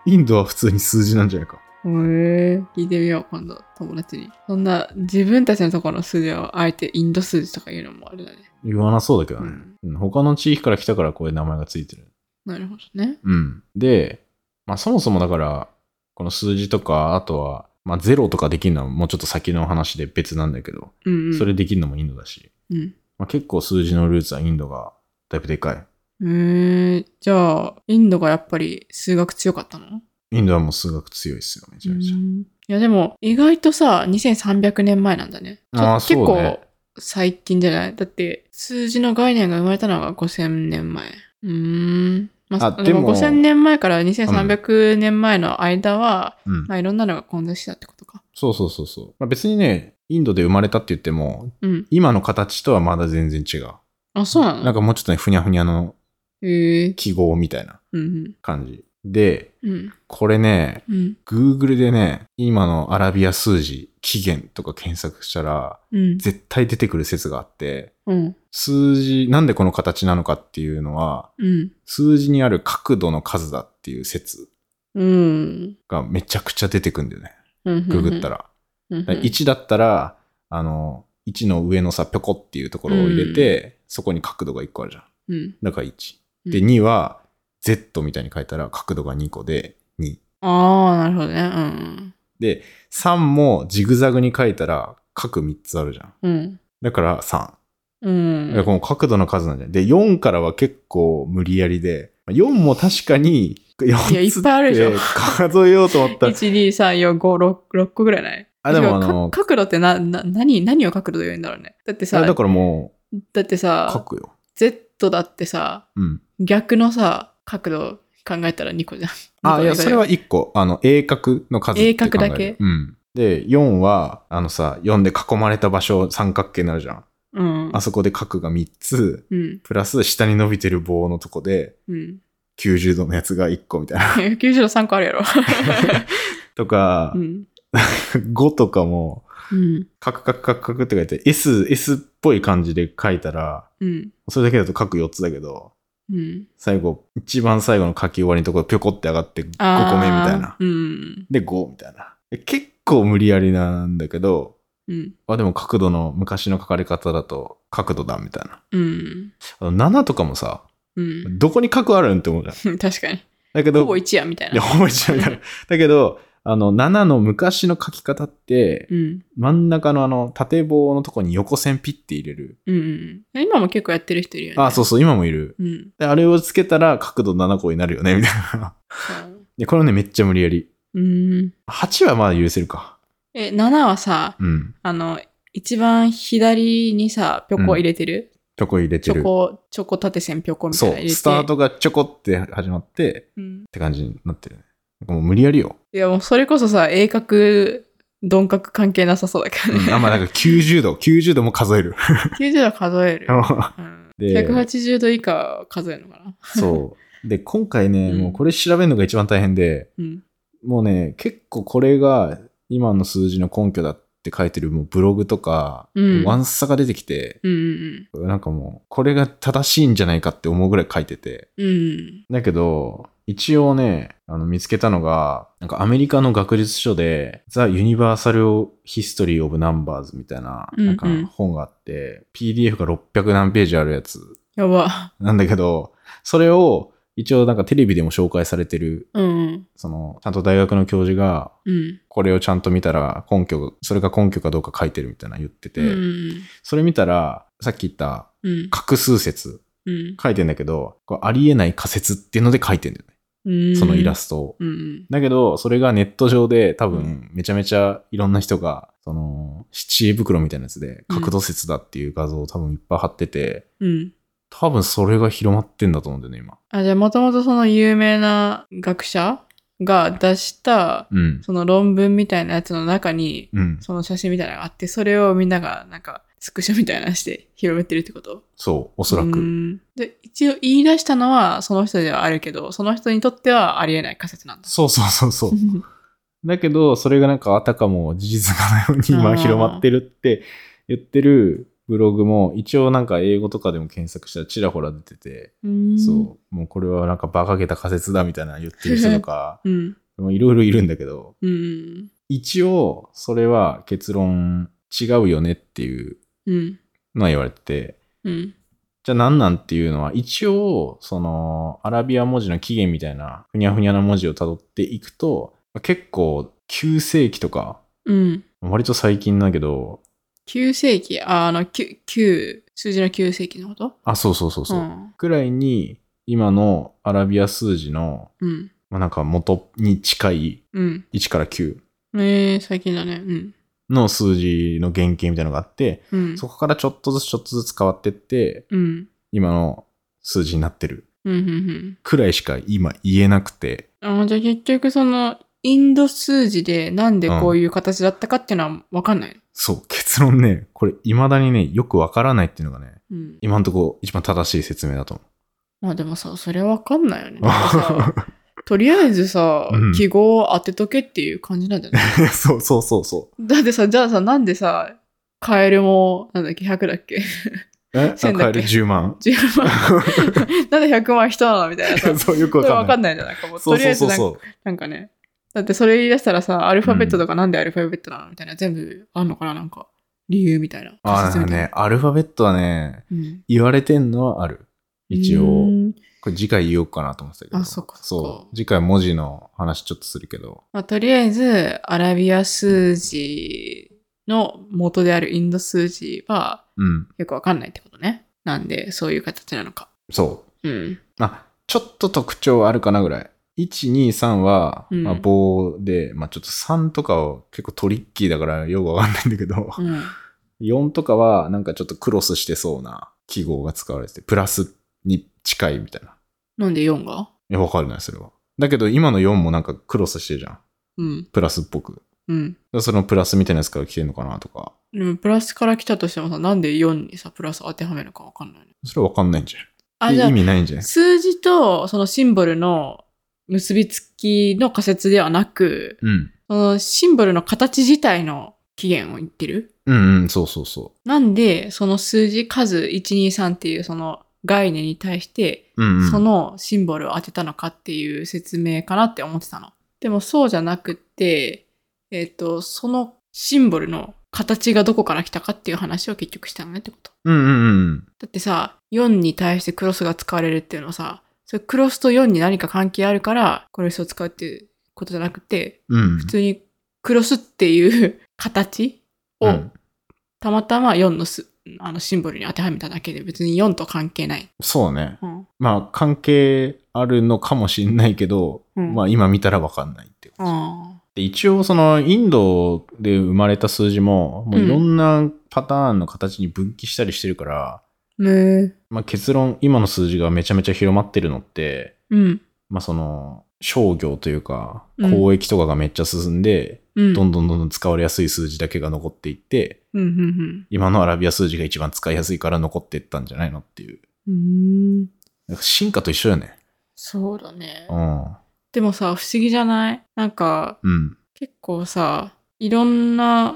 S1: インドは普通に数字なんじゃないか
S2: へえ聞いてみよう、今度、友達に。そんな、自分たちのところの数字をあえてインド数字とか言うのもあれだね。
S1: 言わなそうだけど
S2: う
S1: ね、
S2: ん。
S1: うん他の地域から来たからこういう名前がついてる
S2: なるほどね。
S1: うんで、まあ、そもそもだからこの数字とかあとは、まあ、ゼロとかできるのはもうちょっと先の話で別なんだけど、
S2: うん、うん。
S1: それできるのもインドだし
S2: うん。
S1: まあ、結構数字のルーツはインドがだいぶでかい。
S2: えー、じゃあ、インドがやっぱり数学強かったの
S1: インドはもう数学強いっすよ、めちゃめちゃ。
S2: うんいやでも意外とさ2300年前なんだねちょ
S1: あー
S2: 結
S1: そうね
S2: 構最近じゃないだって数字の概念が生まれたのが5000年前うーんまあ
S1: あ
S2: でも
S1: でも
S2: 5000年前から2300年前の間は、
S1: うん
S2: まあ、いろんなのが混在してたってことか
S1: そうそうそうそう。まあ、別にね、インドで生まれたって言っても、
S2: うん
S1: 今の形とはまだ全然違う。
S2: あそうなの
S1: なんかもうちょっとね、ふにゃふにゃの
S2: へえ
S1: 記号みたいな
S2: うん
S1: 感じ。で、
S2: うんうん
S1: これね、
S2: うん
S1: Google でね、今のアラビア数字、起源とか検索したら、
S2: うん
S1: 絶対出てくる説があって、
S2: うん
S1: 数字、なんでこの形なのかっていうのは、
S2: うん
S1: 数字にある角度の数だっていう説
S2: うん
S1: がめちゃくちゃ出てくんだよね。
S2: うん
S1: ググったら。
S2: うん
S1: だから1だったら、あの、1の上のさ、ぴょこっていうところを入れて、そこに角度が1個あるじゃん。
S2: うん
S1: だから1。
S2: うん
S1: で、2は、Z みたいに書いたら角度が2個で2。
S2: ああなるほどねうん
S1: で、3もジグザグに書いたら角3つあるじゃん。
S2: うん
S1: だから3。
S2: う
S1: だ
S2: ん
S1: からこの角度の数なんじゃないで、4からは結構無理やりで、4も確かに
S2: いやい
S1: 4つ
S2: っぱいあるでしょ
S1: って数えようと思ったら、
S2: 1,2,3,4,5,6個ぐらいない
S1: あ、で
S2: 違う
S1: もあ
S2: か
S1: の、
S2: 角度ってな、な、何、何を角度で言うんだろうね。だって
S1: い
S2: さ、
S1: やだからも
S2: だって
S1: う書
S2: さ、
S1: くよ。
S2: Z だってさ、
S1: うん。
S2: 逆のさ、角度考えたら2個じゃん。
S1: あ、いや、
S2: 二個
S1: それは1個。あの、鋭角の数って考える。
S2: 鋭角だけ
S1: うん。で、4は、あのさ、4で囲まれた場所、三角形になるじゃん。
S2: うん。
S1: あそこで角が3つ、
S2: うん。
S1: プラス下に伸びてる棒のとこで、
S2: うん。
S1: 90度のやつが1個みたいな。
S2: 90度3個あるやろ。
S1: とか
S2: う、ん。
S1: 5とかも、
S2: うん。
S1: カクカクカクカクって書いて、S、S っぽい感じで書いたら、
S2: うん。
S1: それだけだと角4つだけど、
S2: うん。
S1: 最後、一番最後の書き終わりのところ、ぴょこって上がって5
S2: あー
S1: 個目みたいな。
S2: うん。
S1: で、5みたいな。で結構無理やりなんだけど、
S2: うん。
S1: あ、でも角度の昔の書かれ方だと角度だみたいな。
S2: うん。
S1: あの7とかもさ、
S2: うん。
S1: どこに角あるんって思うじゃん。
S2: 確かに。
S1: だけど、
S2: ほぼ1や、みたい
S1: いや、
S2: な。
S1: ほぼ一緒みたいな。だけど、あの、7の昔の書き方って、
S2: うん。
S1: 真ん中のあの、縦棒のとこに横線ピッて入れる。
S2: うんうん。今も結構やってる人いるよね。
S1: あ、そうそう、今もいる。
S2: う。うん。
S1: であれをつけたら角度7個になるよね、みた いな。
S2: そう
S1: で、これをね、めっちゃ無理やり。
S2: うん。
S1: 8はまだ許せるか。
S2: え、7はさ、
S1: うん。
S2: あの、一番左にさ、ピョコ入れてる、
S1: チョコ入れ
S2: チ
S1: て
S2: ョ
S1: る。
S2: コ、チョコ縦線ピョコみたい
S1: そ
S2: なの入れ
S1: う、
S2: て。
S1: スタートがチョコって始まって、
S2: うん。
S1: って感じになってる。なんかもう無理やりよ。
S2: いや、もうそれこそさ、鋭角、鈍角関係なさそうだけど
S1: う
S2: ね。
S1: ん、あ、 まあなんか90度、90度も 数える。
S2: 90度数える。うん、
S1: で
S2: 180度以下は数えるのかな。
S1: そう。で、今回ね、
S2: うん
S1: もうこれ調べるのが一番大変で、
S2: うん。
S1: もうね、結構これが今の数字の根拠だって書いてるもうブログとか、
S2: うん
S1: ワンサが出てきて、
S2: うんうん
S1: なんかもう、これが正しいんじゃないかって思うぐらい書いてて。
S2: うん。うん。
S1: だけど、一応ね、あの見つけたのが、なんかアメリカの学術書で、The Universal History of Numbers みたいな、
S2: うん
S1: な
S2: うんん
S1: か本があって、PDF が600何ページあるやつ
S2: やば。
S1: なんだけど、それを一応なんかテレビでも紹介されてる、
S2: うん。
S1: その、ちゃんと大学の教授が、
S2: うん。
S1: これをちゃんと見たら根拠、それが根拠かどうか書いてるみたいな言ってて、
S2: うん。
S1: それ見たら、さっき言った
S2: うん。
S1: 画数説
S2: うん。
S1: 書いてんだけど、こうありえない仮説っていうので書いてんだよ
S2: うん
S1: ね。そのイラストを。
S2: うん。
S1: だけど、それがネット上で多
S2: う
S1: 分めちゃめちゃいろんな人が、その、七恵袋みたいなやつで
S2: うん
S1: 角度説だっていう画像を多分いっぱい貼ってて、
S2: うん。
S1: 多分それが広まってんだと思うんだよね、今。
S2: あ、じゃあもともとその有名な学者が出した、
S1: うん。
S2: その論文みたいなやつの中に、
S1: うん。
S2: その写真みたいなのがあって、それをみんながなんか、スクショみたいなのして広めてるってこと
S1: そう、お
S2: お
S1: そらく。
S2: く。で、一応言い出したのはその人ではあるけど、その人にとってはありえない仮説なんだ。
S1: そうそうそうそう
S2: う。ん
S1: だけど、それがなんかあたかも事実かのように
S2: あ
S1: 今
S2: ー
S1: 広まってるって言ってるブログも、一応なんか英語とかでも検索したらちらほら出てて、
S2: うん。
S1: そう、もうこれはなんか馬鹿げた仮説だみたいな言ってる人と か、
S2: う。うん。
S1: もういろいろいるんだけど、
S2: うん。
S1: 一応それは結論違うよねっていう
S2: うん。
S1: のは言われてて、
S2: うん。
S1: じゃあ何なんっていうのは、一応、その、アラビア文字の起源みたいな、ふにゃふにゃな文字を辿っていくと、結構、9世紀とか、
S2: うん。
S1: 割と最近だけど、
S2: 9世紀、ああの、9、9数字の9世紀のこと
S1: あ、そうそうそうそう。
S2: ん。
S1: くらいに、今のアラビア数字の、
S2: うん。
S1: まあ、なんか元に近い
S2: うん。
S1: 1から9
S2: ええ最近だね。うん。
S1: の数字の原型みたいなのがあって、
S2: うん。
S1: そこからちょっとずつちょっとずつ変わってって、
S2: うん。
S1: 今の数字になってる
S2: うん。うん。うん。
S1: くらいしか今言えなくて、
S2: あじゃあ結局その、インド数字でなんでこういう形だったかっていうのはわかんない。
S1: そう、結論ね、これ未だにね、よくわからないっていうのがね、
S2: うん。
S1: 今のところ一番正しい説明だと思
S2: まあでもさ、それはわかんない よね。だからさとりあえずさ
S1: うん、
S2: 記号を当てとけっていう感じなんだよね。
S1: う。そうそうそうそ
S2: だってさ、じゃあさ、なんでさ、カエルも、なんだっけ、100だっ け
S1: う。え
S2: 千
S1: 買
S2: だ
S1: え
S2: っけ
S1: る10万
S2: ?10 万。なんで100万人なのみたいなさ。
S1: そう、よく
S2: そ
S1: わ
S2: れわか
S1: かん
S2: ん
S1: ない。
S2: ないじゃん。なんかもう、
S1: そ
S2: と
S1: う
S2: りあ
S1: そ
S2: え
S1: うそ
S2: ず
S1: う
S2: なんか
S1: そう。
S2: なんかね。だってそれ言い出したらさ、アルファベットとかなんでアルファベットなのみたいな、全部あんのかななんか、理由みたいな。
S1: ああ、
S2: 仮
S1: なん
S2: 説
S1: か
S2: みたい
S1: ね、アルファベットはね、
S2: な。うん
S1: 言われてんのはある。一
S2: う
S1: 応、
S2: ん
S1: これ次回言おうかなと思ってたけど。
S2: あそっかそっか
S1: そう。次回文字の話ちょっとするけど。
S2: まあ、とりあえず、アラビア数字の元であるインド数字は
S1: うん。
S2: よくわかんないってことね。なんで、そういう形なのか。
S1: そ
S2: うん。
S1: う。あ、ちょっと特徴あるかなぐらい。1、2、3は、
S2: うん
S1: まあ、棒で、まあ、ちょっと3とかは結構トリッキーだからよくわかんないんだけど、
S2: うん。
S1: 4とかはなんかちょっとクロスしてそうな記号が使われてて、プラスに近いみたいな。
S2: なんで4が
S1: いや、わかんない、それは。だけど今の4もなんかクロスしてるじゃん。
S2: うん。
S1: プラスっぽく。
S2: うん。
S1: そのプラスみたいなやつから来てるのかなとか。
S2: でも、プラスから来たとしてもさ、なんで4にさ、プラス当てはめるかわかんないね。
S1: それわかんないんじゃん。
S2: あ、
S1: い
S2: じゃ
S1: 意味ないんじゃ
S2: あ、
S1: ない
S2: 数字とそのシンボルの結びつきの仮説ではなく、
S1: うん。
S2: そのシンボルの形自体の起源を言ってる
S1: うんうん、そうそうそ
S2: なんで、その数字数123っていうその概念に対して、
S1: う。うん、うん。
S2: そのシンボルを当てたのかっていう説明かなって思ってたの。でもそうじゃなくって、えっ、と、そのシンボルの形がどこから来たかっていう話を結局したのねってこと。
S1: うんうんうん。
S2: だってさ、4に対してクロスが使われるっていうのはさ、それクロスと4に何か関係あるから、クロスを使うっていうことじゃなくて、
S1: うん
S2: 普。通にクロスっていう形を、
S1: うん
S2: たまたま4のすあのシンボルに当てはめただけで別に4と関係ない。
S1: そうね。
S2: うん。
S1: まあ、関係あるのかもしんないけど、
S2: うん
S1: まあ、今見たらわかんないってこと。
S2: あ
S1: で一応、その、インドで生まれた数字も、もういろんなパターンの形に分岐したりしてるから、
S2: ーね
S1: まあ、結論、今の数字がめちゃめちゃ広まってるのって、
S2: うん。
S1: まあ、その、商業というか、
S2: うん
S1: 交易とかがめっちゃ進んで、
S2: うん。
S1: どんどんどんどん使われやすい数字だけが残っていって、
S2: うんうん
S1: 今のアラビア数字が一番使いやすいから残っていったんじゃないのっていう。
S2: うん。うーん。
S1: なんか進化と一緒よね。
S2: そうだね
S1: う。ん。
S2: でもさ、不思議じゃないなんか、
S1: うん。
S2: 結構さ、いろんな、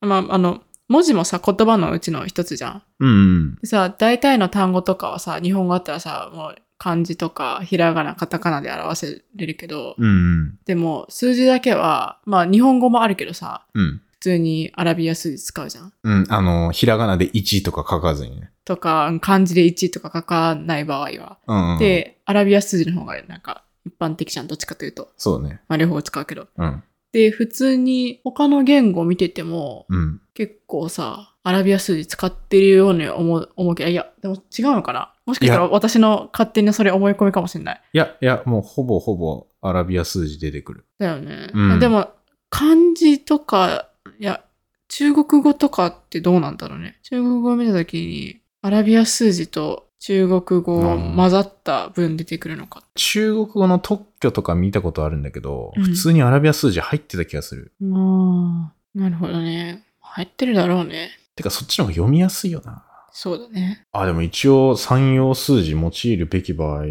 S2: まあ、あの、文字もさ、言葉のうちの一つじゃん。
S1: うんうん。
S2: でさ、大体の単語とかはさ、日本語だったらさ、もう漢字とか、ひらがな、カタカナで表せれるけど、
S1: うんうん。
S2: でも数字だけは、まあ日本語もあるけどさ、
S1: うん。
S2: 普通にアラビア数字使うじゃん。
S1: うん。あの、ひらがなで1とか書かずにね。
S2: とか、漢字で1とか書かない場合は。
S1: うん、うん。、
S2: で、アラビア数字の方がなんか一般的じゃん、どっちかというと。
S1: そうね。
S2: まあ両方使うけど。
S1: うん。
S2: で、普通に他の言語見てても、
S1: うん。
S2: 結構さ、アラビア数字使ってるように思う、思うけど、いや、でも違うのかなもしかしたら私の勝手にそれ思い込みかもしれない。
S1: いや、いや、もうほぼほぼアラビア数字出てくる。
S2: だよね。
S1: うん
S2: でも、漢字とか、いや、中国語とかってどうなんだろうね。中国語を見たときに、アラビア数字と中国語
S1: うん
S2: 混ざった文出てくるのか。
S1: 中国語の特許とか見たことあるんだけど、
S2: うん
S1: 普通にアラビア数字入ってた気がする。
S2: ああ、なるほどね。入ってるだろうね。
S1: てか、そっちの方が読みやすいよな。
S2: そうだね。
S1: あ、でも一応、産用数字用いるべき場合、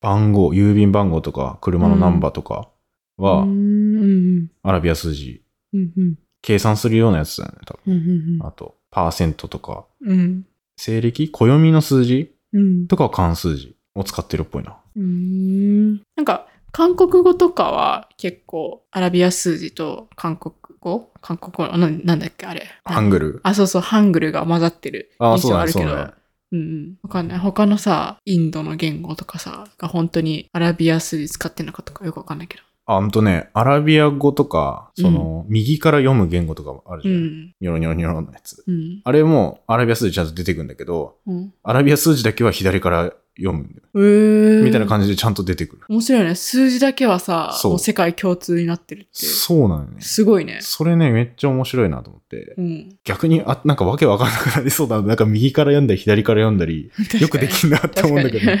S1: 番号、郵便番号とか、車のナンバーとかは、
S2: うん、うん、
S1: アラビア数字、
S2: うん、うん、
S1: 計算するようなやつだよね、多分。
S2: うん、うん
S1: あと、パーセントとか、
S2: うん、
S1: 西暦暦の数字
S2: うん、
S1: とかは漢数字を使ってるっぽいな。
S2: うん。なんか、韓国語とかは結構、アラビア数字と韓国語韓国語な、なんだっけあれ。
S1: ハングル。
S2: あ、そうそう、ハングルが混ざってる
S1: ああ、
S2: 印
S1: そう
S2: 象あ
S1: だね、
S2: る
S1: そ
S2: け
S1: う
S2: ど。
S1: だね。
S2: うんうん。わかんない。他のさ、インドの言語とかさ、が本当にアラビア数字使ってんのかとかよくわかんないけど。
S1: あ、ほんとね、アラビア語とか、その、右から読む言語とかもあるじ
S2: う
S1: ゃん。
S2: ん。
S1: ニョロニョロニョロのやつ。
S2: うん。
S1: あれも、アラビア数字ちゃんと出てくるんだけど、
S2: うん。
S1: アラビア数字だけは左から読むんだよ。
S2: えー、
S1: みたいな感じでちゃんと出てくる。
S2: 面白いね。数字だけはさ、
S1: そう
S2: もう世界共通になってるって。
S1: そうなのよね。
S2: すごいね。
S1: それね、めっちゃ面白いなと思って。
S2: うん。
S1: 逆に、あ、なんかわけわかんなくなりそうだな。なんか右から読んだり、左から読んだり、 よくできんなって
S2: 確
S1: 思う
S2: か
S1: んだ
S2: に
S1: けど。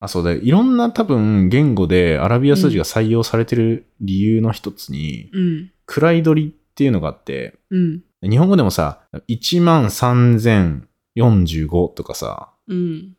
S1: あ、そうだよ。いろんな多分言語でアラビア数字が採用されてる理由の一つに、
S2: うん。
S1: 位取りっていうのがあって、
S2: うん。
S1: 日本語でもさ、13,045とかさ、
S2: うん。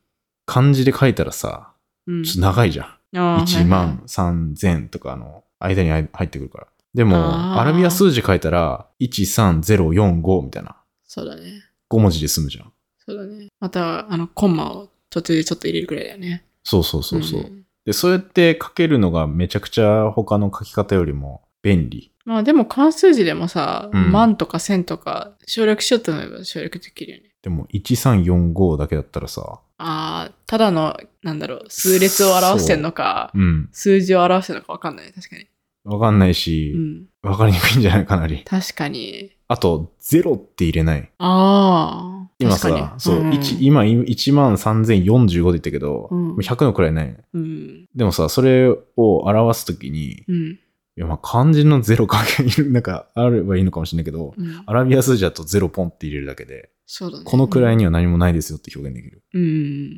S1: 漢字で書いたらさ、
S2: うん。
S1: ちょっと長いじゃん。
S2: あー
S1: 1万3000とかあの間に入ってくるから。でも、
S2: あー
S1: アラビア数字書いたら、13045みたいな。
S2: そうだね。
S1: 5文字で済むじゃん。
S2: そうだね。また、あの、コンマを途中でちょっと入れるくらいだよね。
S1: そうそうそうそう。
S2: ん
S1: で、そうやって書けるのがめちゃくちゃ他の書き方よりも便利。
S2: まあでも関数字でもさ、
S1: うん
S2: 万とか千とか省略しようと思えば省略できるよね。
S1: でも、1345だけだったらさ、
S2: ああ、ただの、なんだろう、数列を表してんのか、
S1: うん。
S2: 数字を表してんのかわかんない。確かに。
S1: わかんないうし、
S2: ん。
S1: わ、かりにくいんじゃないかなり。
S2: 確かに。
S1: あと、0って入れない。
S2: ああ。
S1: 今
S2: 確か
S1: さ、そ
S2: に
S1: う、
S2: ん
S1: 一今、1万3045で言ったけど、
S2: うん
S1: もう100のくらいない。
S2: うん。
S1: でもさ、それを表すときに、
S2: うん。
S1: いや、まあ、漢字のゼロ関係なんか、あればいいのかもしれないけど、
S2: うん
S1: アラビア数字だとゼロポンって入れるだけで、
S2: そうだね。
S1: この位には何もないですよって表現できる。
S2: うん。う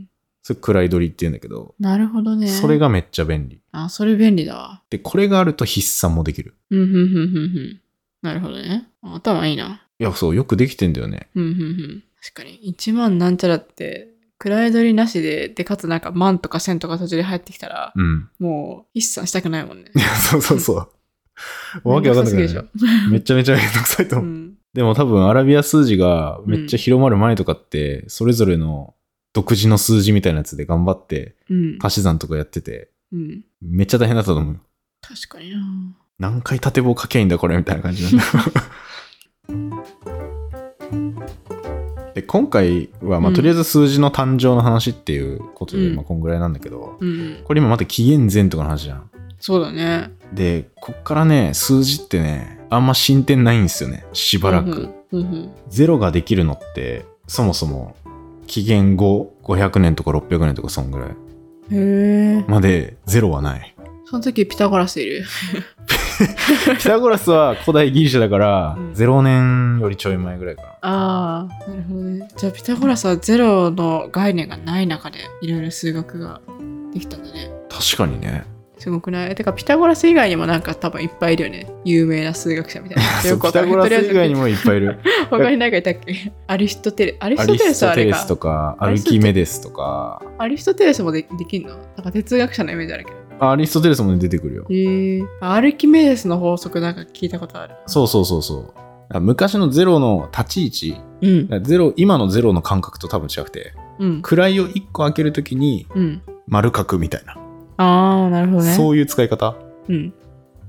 S2: ん。
S1: それ、位取りって言うんだけど、
S2: なるほどね。
S1: それ。がめっちゃ便利。
S2: あ、それ便利だわ。
S1: で、これがあると筆算もできる。
S2: うん、うん、うん、うん、うん。なるほどね。あ頭いいな。
S1: いや、そう、よくできてんだよね。
S2: うん、うん、うん。確かに。1万なんちゃらって、位取りなしで、で、かつなんか万とか千とか途中で入ってきたら、
S1: うん。
S2: もう、一切したくないもんね。
S1: いや、そうそうそう。 わけわかんなく
S2: め
S1: な
S2: ど
S1: い、
S2: くさすぎる
S1: めっちゃめちゃめんどくさいと
S2: でしょ。う
S1: 思う。
S2: ん。
S1: でも多分、アラビア数字がめっちゃ広まる前とかって、それぞれの独自の数字みたいなやつで頑張って、
S2: うん。
S1: 足し算とかやってて、
S2: うん。
S1: めっちゃ大変だったと思う。
S2: 確かにな。
S1: 何回縦棒かけばいいんだこれみたいな感じなんだで今回は、まあ
S2: うん
S1: とりあえず数字の誕生の話っていうことで、
S2: うん
S1: まあ、こんぐらいなんだけど
S2: うん。
S1: これ今また紀元前とかの話じゃん
S2: そうだね。
S1: で、こっからね、数字ってね、あんま進展ないんですよね。しばらく。
S2: うんうん。
S1: ゼロができるのって、そもそも、紀元後500年とか600年とかそんぐらい
S2: うんへえ。
S1: までゼロは ない。
S2: その時ピタゴラスいる。
S1: ピタゴラスは古代ギリシャだから
S2: うん、
S1: 0年よりちょい前ぐらいかな。
S2: ああ、なるほどね。じゃあピタゴラスはゼロの概念がない中でいろいろ数学ができたんだね。
S1: 確かにね。
S2: すごくないてかピタゴラス以外にもなんか多分いっぱいいるよね。有名な数学者みたい な。
S1: そうピタゴラス以外に
S2: も。
S1: もいっぱいいる。
S2: 他に何かいたっけアリストテレス。アリ
S1: ア
S2: スト
S1: リ
S2: テレ
S1: ス
S2: スは
S1: ト
S2: あ
S1: テ
S2: れ
S1: レス
S2: か
S1: と。か、
S2: ア
S1: ア
S2: リ
S1: ル
S2: ストテ
S1: キメデスとか、
S2: アリストテレスもでできんのなんか哲学者のイメージあるけど。
S1: あアリストテレスもね出てくるよ。
S2: へえ。アルキメデスの法則なんか聞いたことある。
S1: そうそうそうそう。だから昔のゼロの立ち位置、
S2: うん
S1: だ。からゼロ、今のゼロの感覚と多分違くて、
S2: うん。
S1: 位を1個開けるときに
S2: うん。
S1: 丸書くみたいな、
S2: ああ、なるほどね。
S1: そういう使い方。
S2: うん。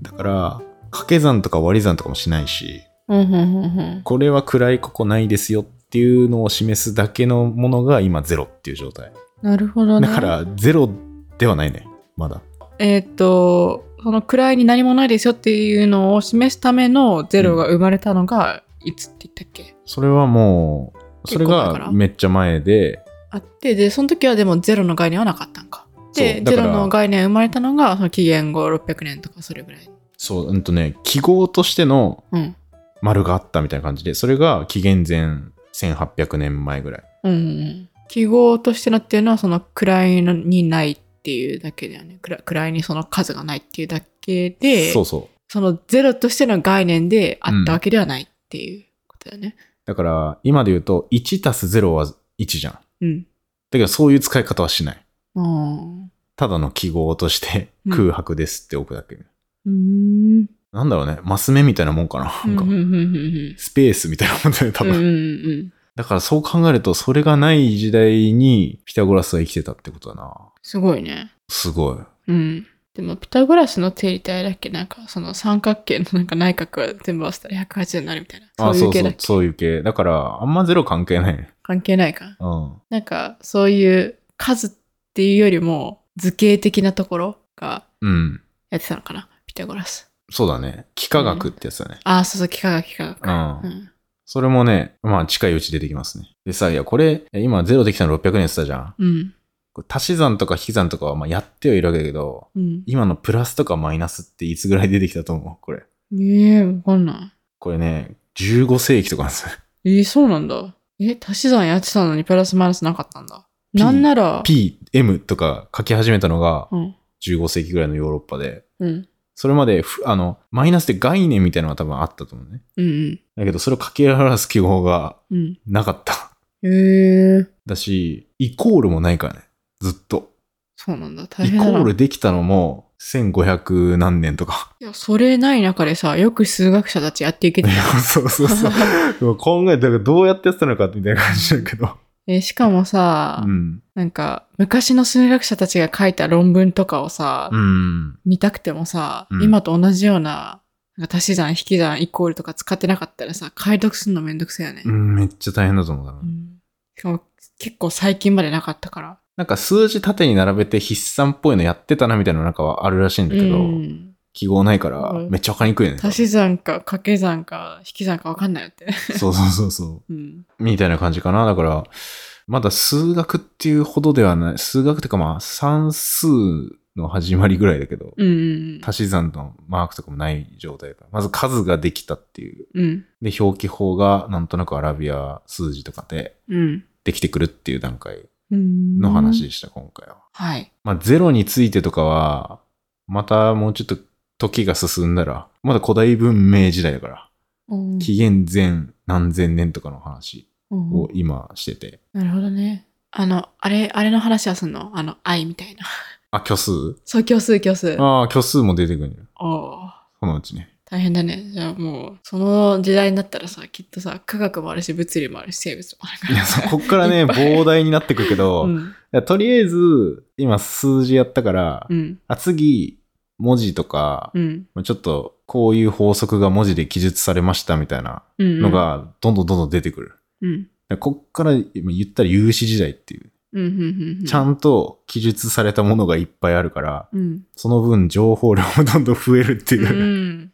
S1: だから、掛け算とか割り算とかもしないし、
S2: うんうんうんうん。
S1: これは位ここないですよっていうのを示すだけのものが今ゼロっていう状態。
S2: なるほどね。
S1: だから、ゼロではないね、まだ。
S2: えーっと、その位に何もないですよっていうのを示すためのゼロが生まれたのが、いつって言ったっけ
S1: それはもう、それ
S2: 結構前から
S1: がめっちゃ前で、
S2: あって、で、その時はでもゼロの概念はなかったんか。
S1: そ
S2: で、
S1: う
S2: ゼ
S1: だか
S2: ロ
S1: ら
S2: の概念が生まれたのが、その紀元後600年とかそれぐらい。
S1: そう、うんとね、記号としての
S2: うん。
S1: 丸があったみたいな感じで、それが紀元前1800年前ぐらい。
S2: うん、うん。記号としてのっていうのは、その位のにないっていうだけだよね。くら位にその数がないっていうだけで、
S1: そうそう。
S2: そのゼロとしての概念であったわけではないっていうことだよね。
S1: だから、今で言うと、1たす0は1じゃん。だ
S2: うん。
S1: けど、そういう使い方はしない。
S2: うん、ああ。
S1: ただの記号として
S2: うん
S1: 空白ですって置くだけ。
S2: うーん。
S1: なんだろうね、マス目みたいなもんかな。なん
S2: うん
S1: か、
S2: うんうんうん
S1: スペースみたいなもんだよね、多
S2: うんうん
S1: 分。
S2: うん、
S1: だから、そう考えると、それがない時代にピタゴラスは生きてたってことだな。
S2: すごいね。
S1: すごい。
S2: うん。でも、ピタゴラスの定理体だっけなんか、その三角形のなんか内角は全部合わせたら180になるみたいな。
S1: あ
S2: そうい
S1: そうう
S2: 系
S1: そ
S2: だっ
S1: う、
S2: け
S1: そういう系。だから、あんまゼロ関係ないね。
S2: 関係ないか。
S1: うん。
S2: なんか、そういう数っていうよりも、図形的なところが
S1: うん。
S2: やってたのかな。ピタゴラス。
S1: そうだね。幾何学ってやつだね。
S2: あ、そうそう、幾何学、幾何学。
S1: うん
S2: うん。
S1: それもね、まあ近いうち出てきますね。でさ、いや、これ、今ゼロできたの600年って言ったじゃん。
S2: うん。
S1: これ足し算とか引き算とかはまあやってはいるわけだけど、
S2: うん。
S1: 今のプラスとかマイナスっていつぐらい出てきたと思うこれ。
S2: ええわかんな
S1: これね、15世紀とかなんですよ。
S2: い。ええそうなんだ。え、足し算やってたのにプラスマイナスなかったんだ。
S1: P
S2: なんなら、
S1: P、M とか書き始めたのが
S2: うん。
S1: 15世紀ぐらいのヨーロッパで、
S2: うん。
S1: それまでふ、あの、マイナスって概念みたいなのが多分あったと思うね。
S2: うんうん。
S1: だけど、それを掛け表す記号が
S2: うん。
S1: なかった。
S2: へえ
S1: だし、イコールもないからね。ずっと。
S2: そうなんだ。大
S1: イ
S2: 変
S1: コ
S2: だな。
S1: ールできたのも1500何年とか。
S2: いや、それない中でさ、よく数学者たちやっていけて
S1: い
S2: た
S1: や そうそうそう。でも考えたらどうやってやってたのかみたいな感じだけど。
S2: え、しかもさ、
S1: うん。
S2: なんか、昔の数学者たちが書いた論文とかをさ、
S1: うん。
S2: 見たくてもさ、
S1: うん
S2: 今と同じような、なんか足し算、引き算、イコールとか使ってなかったらさ、解読するのめんどくせえよね。
S1: うんめっちゃ大変だと思うな。
S2: うんしかも、結構最近までなかったから。
S1: なんか数字縦に並べて筆算っぽいのやってたなみたいなのなんかはあるらしいんだけど、
S2: うん
S1: 記号ないから
S2: うん
S1: めっちゃわかりにくいよね。
S2: 足し算か掛け算か引き算かわかんないよって。
S1: そうそうそうそ
S2: うん。
S1: う。みたいな感じかな。だから、まだ数学っていうほどではない。数学っていうかまあ算数の始まりぐらいだけど、
S2: うんうん
S1: 足し算のマークとかもない状態だから。まず数ができたっていう。
S2: うん。うん。
S1: で、表記法がなんとなくアラビア数字とかで
S2: うん。
S1: できてくるっていう段階
S2: うん。
S1: の話。でした、今回は。
S2: はい。
S1: まあ、ゼロについてとかは、またもうちょっと時が進んだら、まだ古代文明時代だから、
S2: うん
S1: 紀元前何千年とかの話
S2: うん
S1: を今してて。
S2: なるほどね。あの、あれ、あれの話はすんのあの、愛みたいな。
S1: あ、虚数
S2: そう、虚数、虚数。
S1: ああ、虚数も出てくるんじゃん。
S2: おお
S1: そのうち ね。
S2: 大変だね。じゃあもう、その時代になったらさ、きっとさ、科学もあるし、物理もあるし、生物もあるか
S1: い
S2: ら。
S1: や、そうこっから
S2: い
S1: ね、
S2: っぱい
S1: 膨大になってくるけど、
S2: う
S1: い
S2: ん。
S1: やとりあえず、今数字やったから、
S2: うん。
S1: あ次、文字とか、
S2: うん。
S1: まあちょっとこういう法則が文字で記述されましたみたいな
S2: うん。
S1: のがどんどんどんどん出てくる。
S2: うん。
S1: でこっから今言ったら有史時代っていう。
S2: うんうんうんうん。
S1: ちゃんと記述されたものがいっぱいあるから、
S2: うん。
S1: その分情報量もどんどん増えるって
S2: う
S1: いう、
S2: ん。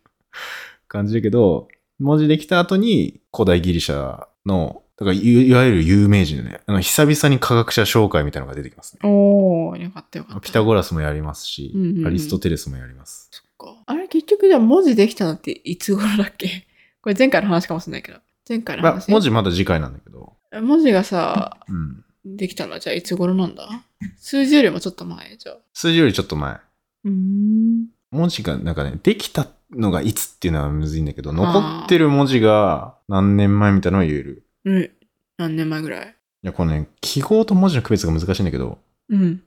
S1: 感じだけど、文字できた後に古代ギリシャの、だからいいわゆる有名人のね、あの久々に科学者紹介みたいなのが出てきますね。
S2: おー、よかったよかった。
S1: ピタゴラスもやりますし、
S2: うんうんうん
S1: アリストテレスもやります。
S2: そっか。あれ、結局じゃあ文字できたのっていつ頃だっけこれ前回の話かもしれないけど。前回の
S1: まあ
S2: 話。
S1: 文字まだ次回なんだけど、
S2: 文字がさ、
S1: うん。
S2: できたのはじゃあいつ頃なんだ数字よりもちょっと前じゃあ。
S1: 数字よりちょっと前。
S2: うーん。
S1: 文字がなんかね、できたのがいつっていうのはむずいんだけど、残ってる文字が何年前みたいなのは言える。
S2: うん。何年前ぐらい
S1: いや、このね、記号と文字の区別が難しいんだけど、
S2: うん。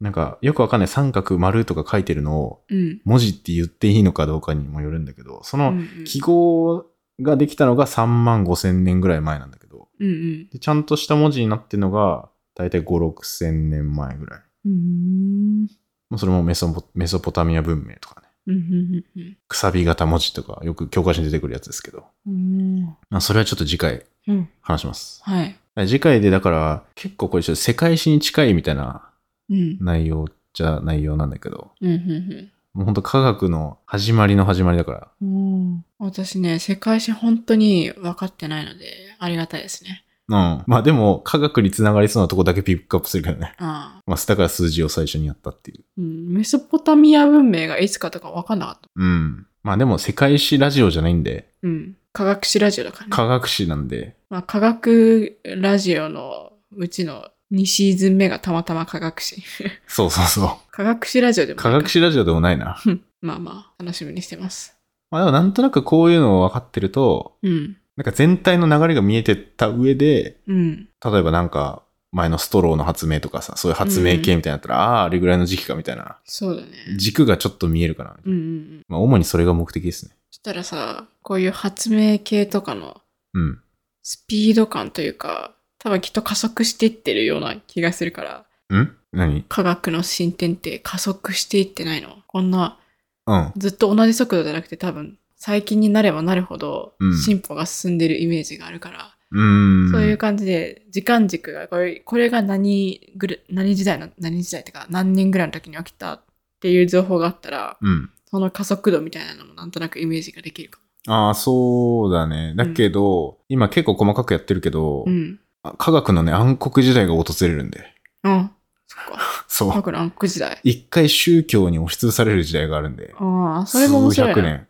S1: なんかよくわかんない三角丸とか書いてるのを
S2: うん。
S1: 文字って言っていいのかどうかにもよるんだけど、その
S2: うんうん
S1: 記号ができたのが3万5千年ぐらい前なんだけど、
S2: うんうん。
S1: でちゃんとした文字になってるのが、だいたい5、6千年前ぐらい。
S2: うーん。
S1: もうそれもメソポメソポタミア文明とかね。
S2: うんうんうん
S1: くさび型文字とか、よく教科書に出てくるやつですけど。
S2: うん。
S1: まあ、それはちょっと次回
S2: うん。
S1: 話します。
S2: はい。
S1: 次回でだから、結構これちょっと世界史に近いみたいな
S2: うん。
S1: 内容じゃ内容なんだけど、
S2: うんうん
S1: もう本当科学の始まりの始まりだから、
S2: うん。うん私ね、世界史本当に分かってないので、ありがたいですね。
S1: うん。まあでも、科学につながりそうなとこだけピックアップするけどね。
S2: ああ。
S1: まあ、だから数字を最初にやったっていう。
S2: うん。メソポタミア文明がいつかとか分かんなかった。
S1: うん。まあでも、世界史ラジオじゃないんで、
S2: うん。科学史ラジオだからね。
S1: 科学史なんで、
S2: まあ、科学ラジオのうちの2シーズン目がたまたま科学史。
S1: そうそうそ
S2: 科学史ラジオで
S1: う。
S2: も
S1: 科学史ラジオでもない な。
S2: うんまあまあ、楽しみにしてます。
S1: まあでも、なんとなくこういうのを分かってると、
S2: うん。
S1: なんか全体の流れが見えてった上で、
S2: うん。
S1: 例えばなんか、前のストローの発明とかさ、そういう発明系みたいになったら、ああ、あれぐらいの時期かみたいな。
S2: そうだね。
S1: 軸がちょっと見えるかなみたいな。
S2: うんうんうん。
S1: まあ、主にそれが目的ですね。
S2: そしたらさ、こういう発明系とかの
S1: うん。
S2: スピード感というか、多分きっと加速していってるような気がするから、
S1: ん何
S2: 科学の進展って加速していってないのこんな
S1: うん。
S2: ずっと同じ速度じゃなくて多分最近になればなるほど
S1: うん
S2: 進歩が進んでるイメージがあるから、
S1: うーん。
S2: そういう感じで時間軸がこれこれが何ぐら何時代の何時代とか何年ぐらいの時に起きたっていう情報があったら
S1: うん。
S2: その加速度みたいなのもなんとなくイメージができるかも。
S1: ああ、そうだね。だけど、今結構細かくやってるけど、
S2: うん。
S1: あ科学のね、暗黒時代が訪れるんで。
S2: うん。そっか。
S1: そ
S2: だ
S1: う。
S2: から暗黒時代。
S1: 一回宗教に押しつぶされる時代があるんで。
S2: ああ、それも面白い
S1: 数百
S2: な。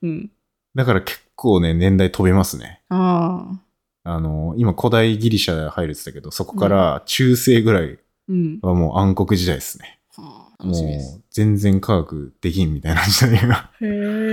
S1: 年。
S2: うん。
S1: だから結構ね、年代飛びますね。
S2: ああ。
S1: あの、今古代ギリシャ入るって言ったけど、そこから中世ぐらい
S2: うん。
S1: はもう暗黒時代ですね。
S2: はあ、楽しみです
S1: も。う全然科学できんみたいな時代が。
S2: へ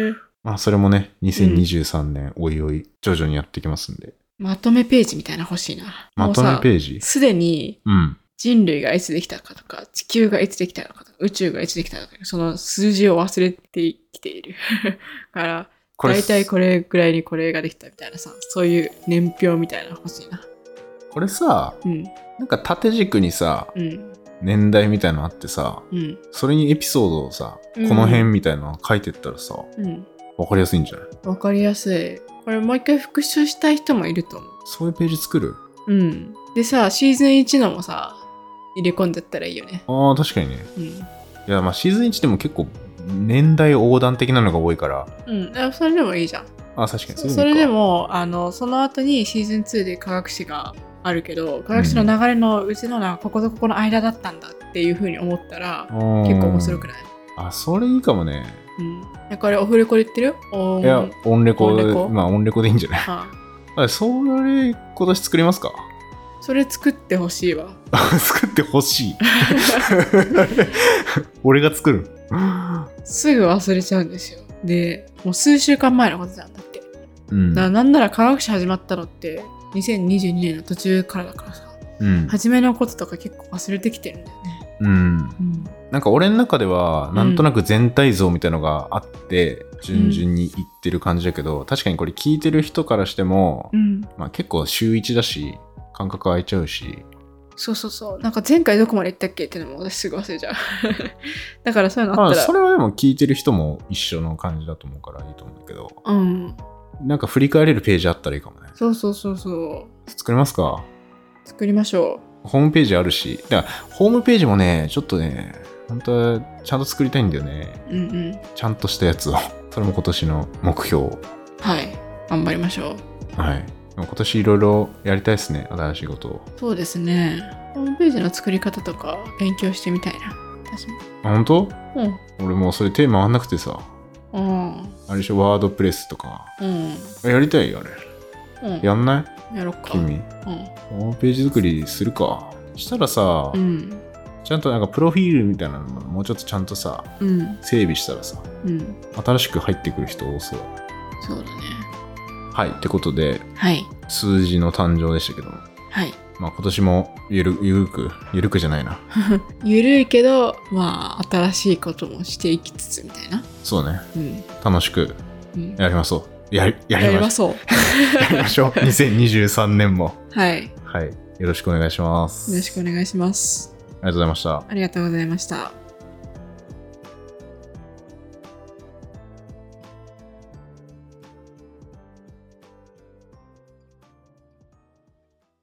S2: え。
S1: まあそれもね、2023年おいおい徐々にやってきますんで。
S2: まとめページみたいなの欲しいな。
S1: まとめペ
S2: ー
S1: ージ
S2: すでに
S1: うん。
S2: 人類がいつできたかとか、地球がいつできたかとか、宇宙がいつできたかとか、その数字を忘れてきている。 だから、
S1: これ
S2: 大体これぐらいにこれができたみたいなさ、そういう年表みたいなの欲しいな。
S1: これさ、
S2: うん、
S1: なんか縦軸にさ、
S2: うん、
S1: 年代みたいのあってさ、
S2: うん、
S1: それにエピソードをさ、
S2: うん
S1: この辺みたいなの書いてったらさ、
S2: うん。
S1: わかりやすいんじゃない
S2: わかりやすい。これもう一回復習したい人もいると思う。
S1: そういうページ作る
S2: うん。でさ、シーズン1のもさ、入れ込んじゃったらいいよね。
S1: ああ、確かにね。
S2: うん。
S1: いや、まあシーズン1でも結構年代横断的なのが多いから、
S2: うん。あそれでもいいじゃん。
S1: ああ、確かに
S2: そ
S1: いうのいいか
S2: それで。もあのその後にシーズン2で科学史があるけど科学史の流れのうちのなんかこことここの間だったんだっていうふうに思ったら、結構面白く
S1: い
S2: ない、
S1: あ、それいいかもね。
S2: うん、だからオフレコで言ってるおー
S1: いや、オンレコ、
S2: オンレコ
S1: まあオンレコでいいんじゃない
S2: あ
S1: あそれ、今年作りますか
S2: それ作ってほしいわ
S1: 作ってほ しい。俺が作る。
S2: すぐ忘れちゃうんですよでもう数週間前のことなんだって、
S1: うん
S2: だからなんなら科学史始まったのって2022年の途中からだからさ
S1: うん。
S2: 初めのこととか結構忘れてきてるんだよね、
S1: うん。
S2: うん、
S1: なんか俺の中では、なんとなく全体像みたいのがあって、順々にいってる感じだけど、確かにこれ聞いてる人からしても、
S2: うん、
S1: まあ結構週1だし、感覚空いちゃうし、
S2: そうそうそう。なんか前回どこまで行ったっけっていうのも私すぐ忘れちゃう。 だからそういうのあ
S1: ま
S2: っ
S1: あ
S2: た
S1: そ
S2: ら。
S1: れはでも聞いてる人も一緒の感じだと思うからいいと思うんだけど、
S2: うん。
S1: なんか振り返れるページあったらいいかもね。
S2: そうそうそうそう。
S1: 作りますか
S2: 作りましょう。
S1: ホームページあるし、だからホームページもね、ちょっとね、本当はちゃんと作りたいんだよね。
S2: うんうん。
S1: ちゃんとしたやつを。それも今年の目標。
S2: はい。頑張りましょう。
S1: はい。今年いろいろやりたいですね、新しいことを。
S2: そうですね。ホームページの作り方とか勉強してみたいな。私も。
S1: あ本当
S2: うん。
S1: 俺もうそれ手回んなくてさ。
S2: うん。
S1: あれでしょ、ワードプレスとか。
S2: うん。
S1: やりたいあれ。
S2: うん。
S1: やんない
S2: やろっか。
S1: 君。ホームページ作りするか。したらさ、
S2: うん。うん。
S1: ちゃんとなんかプロフィールみたいなのももうちょっとちゃんとさ、
S2: うん。
S1: 整備したらさ、
S2: うん。
S1: 新しく入ってくる人多そうだね。
S2: そうだね。
S1: はい。ってことで、
S2: はい。
S1: 数字の誕生でしたけども。
S2: はい。
S1: まあ今年もゆる、ゆるく、ゆるくじゃないな。
S2: ゆるいけど、まあ、新しいこともしていきつつみたいな。
S1: そうね。
S2: うん。
S1: 楽しく
S2: うん、
S1: やりましょう。やり、や
S2: や
S1: り
S2: り
S1: ま
S2: ま
S1: し
S2: しょう。
S1: ょう。やりま しょう。2023年も。
S2: はい。よ
S1: はい。よろしくお願いします。
S2: ろしくお願いします。
S1: ありがとうございました。
S2: ありがとうございました。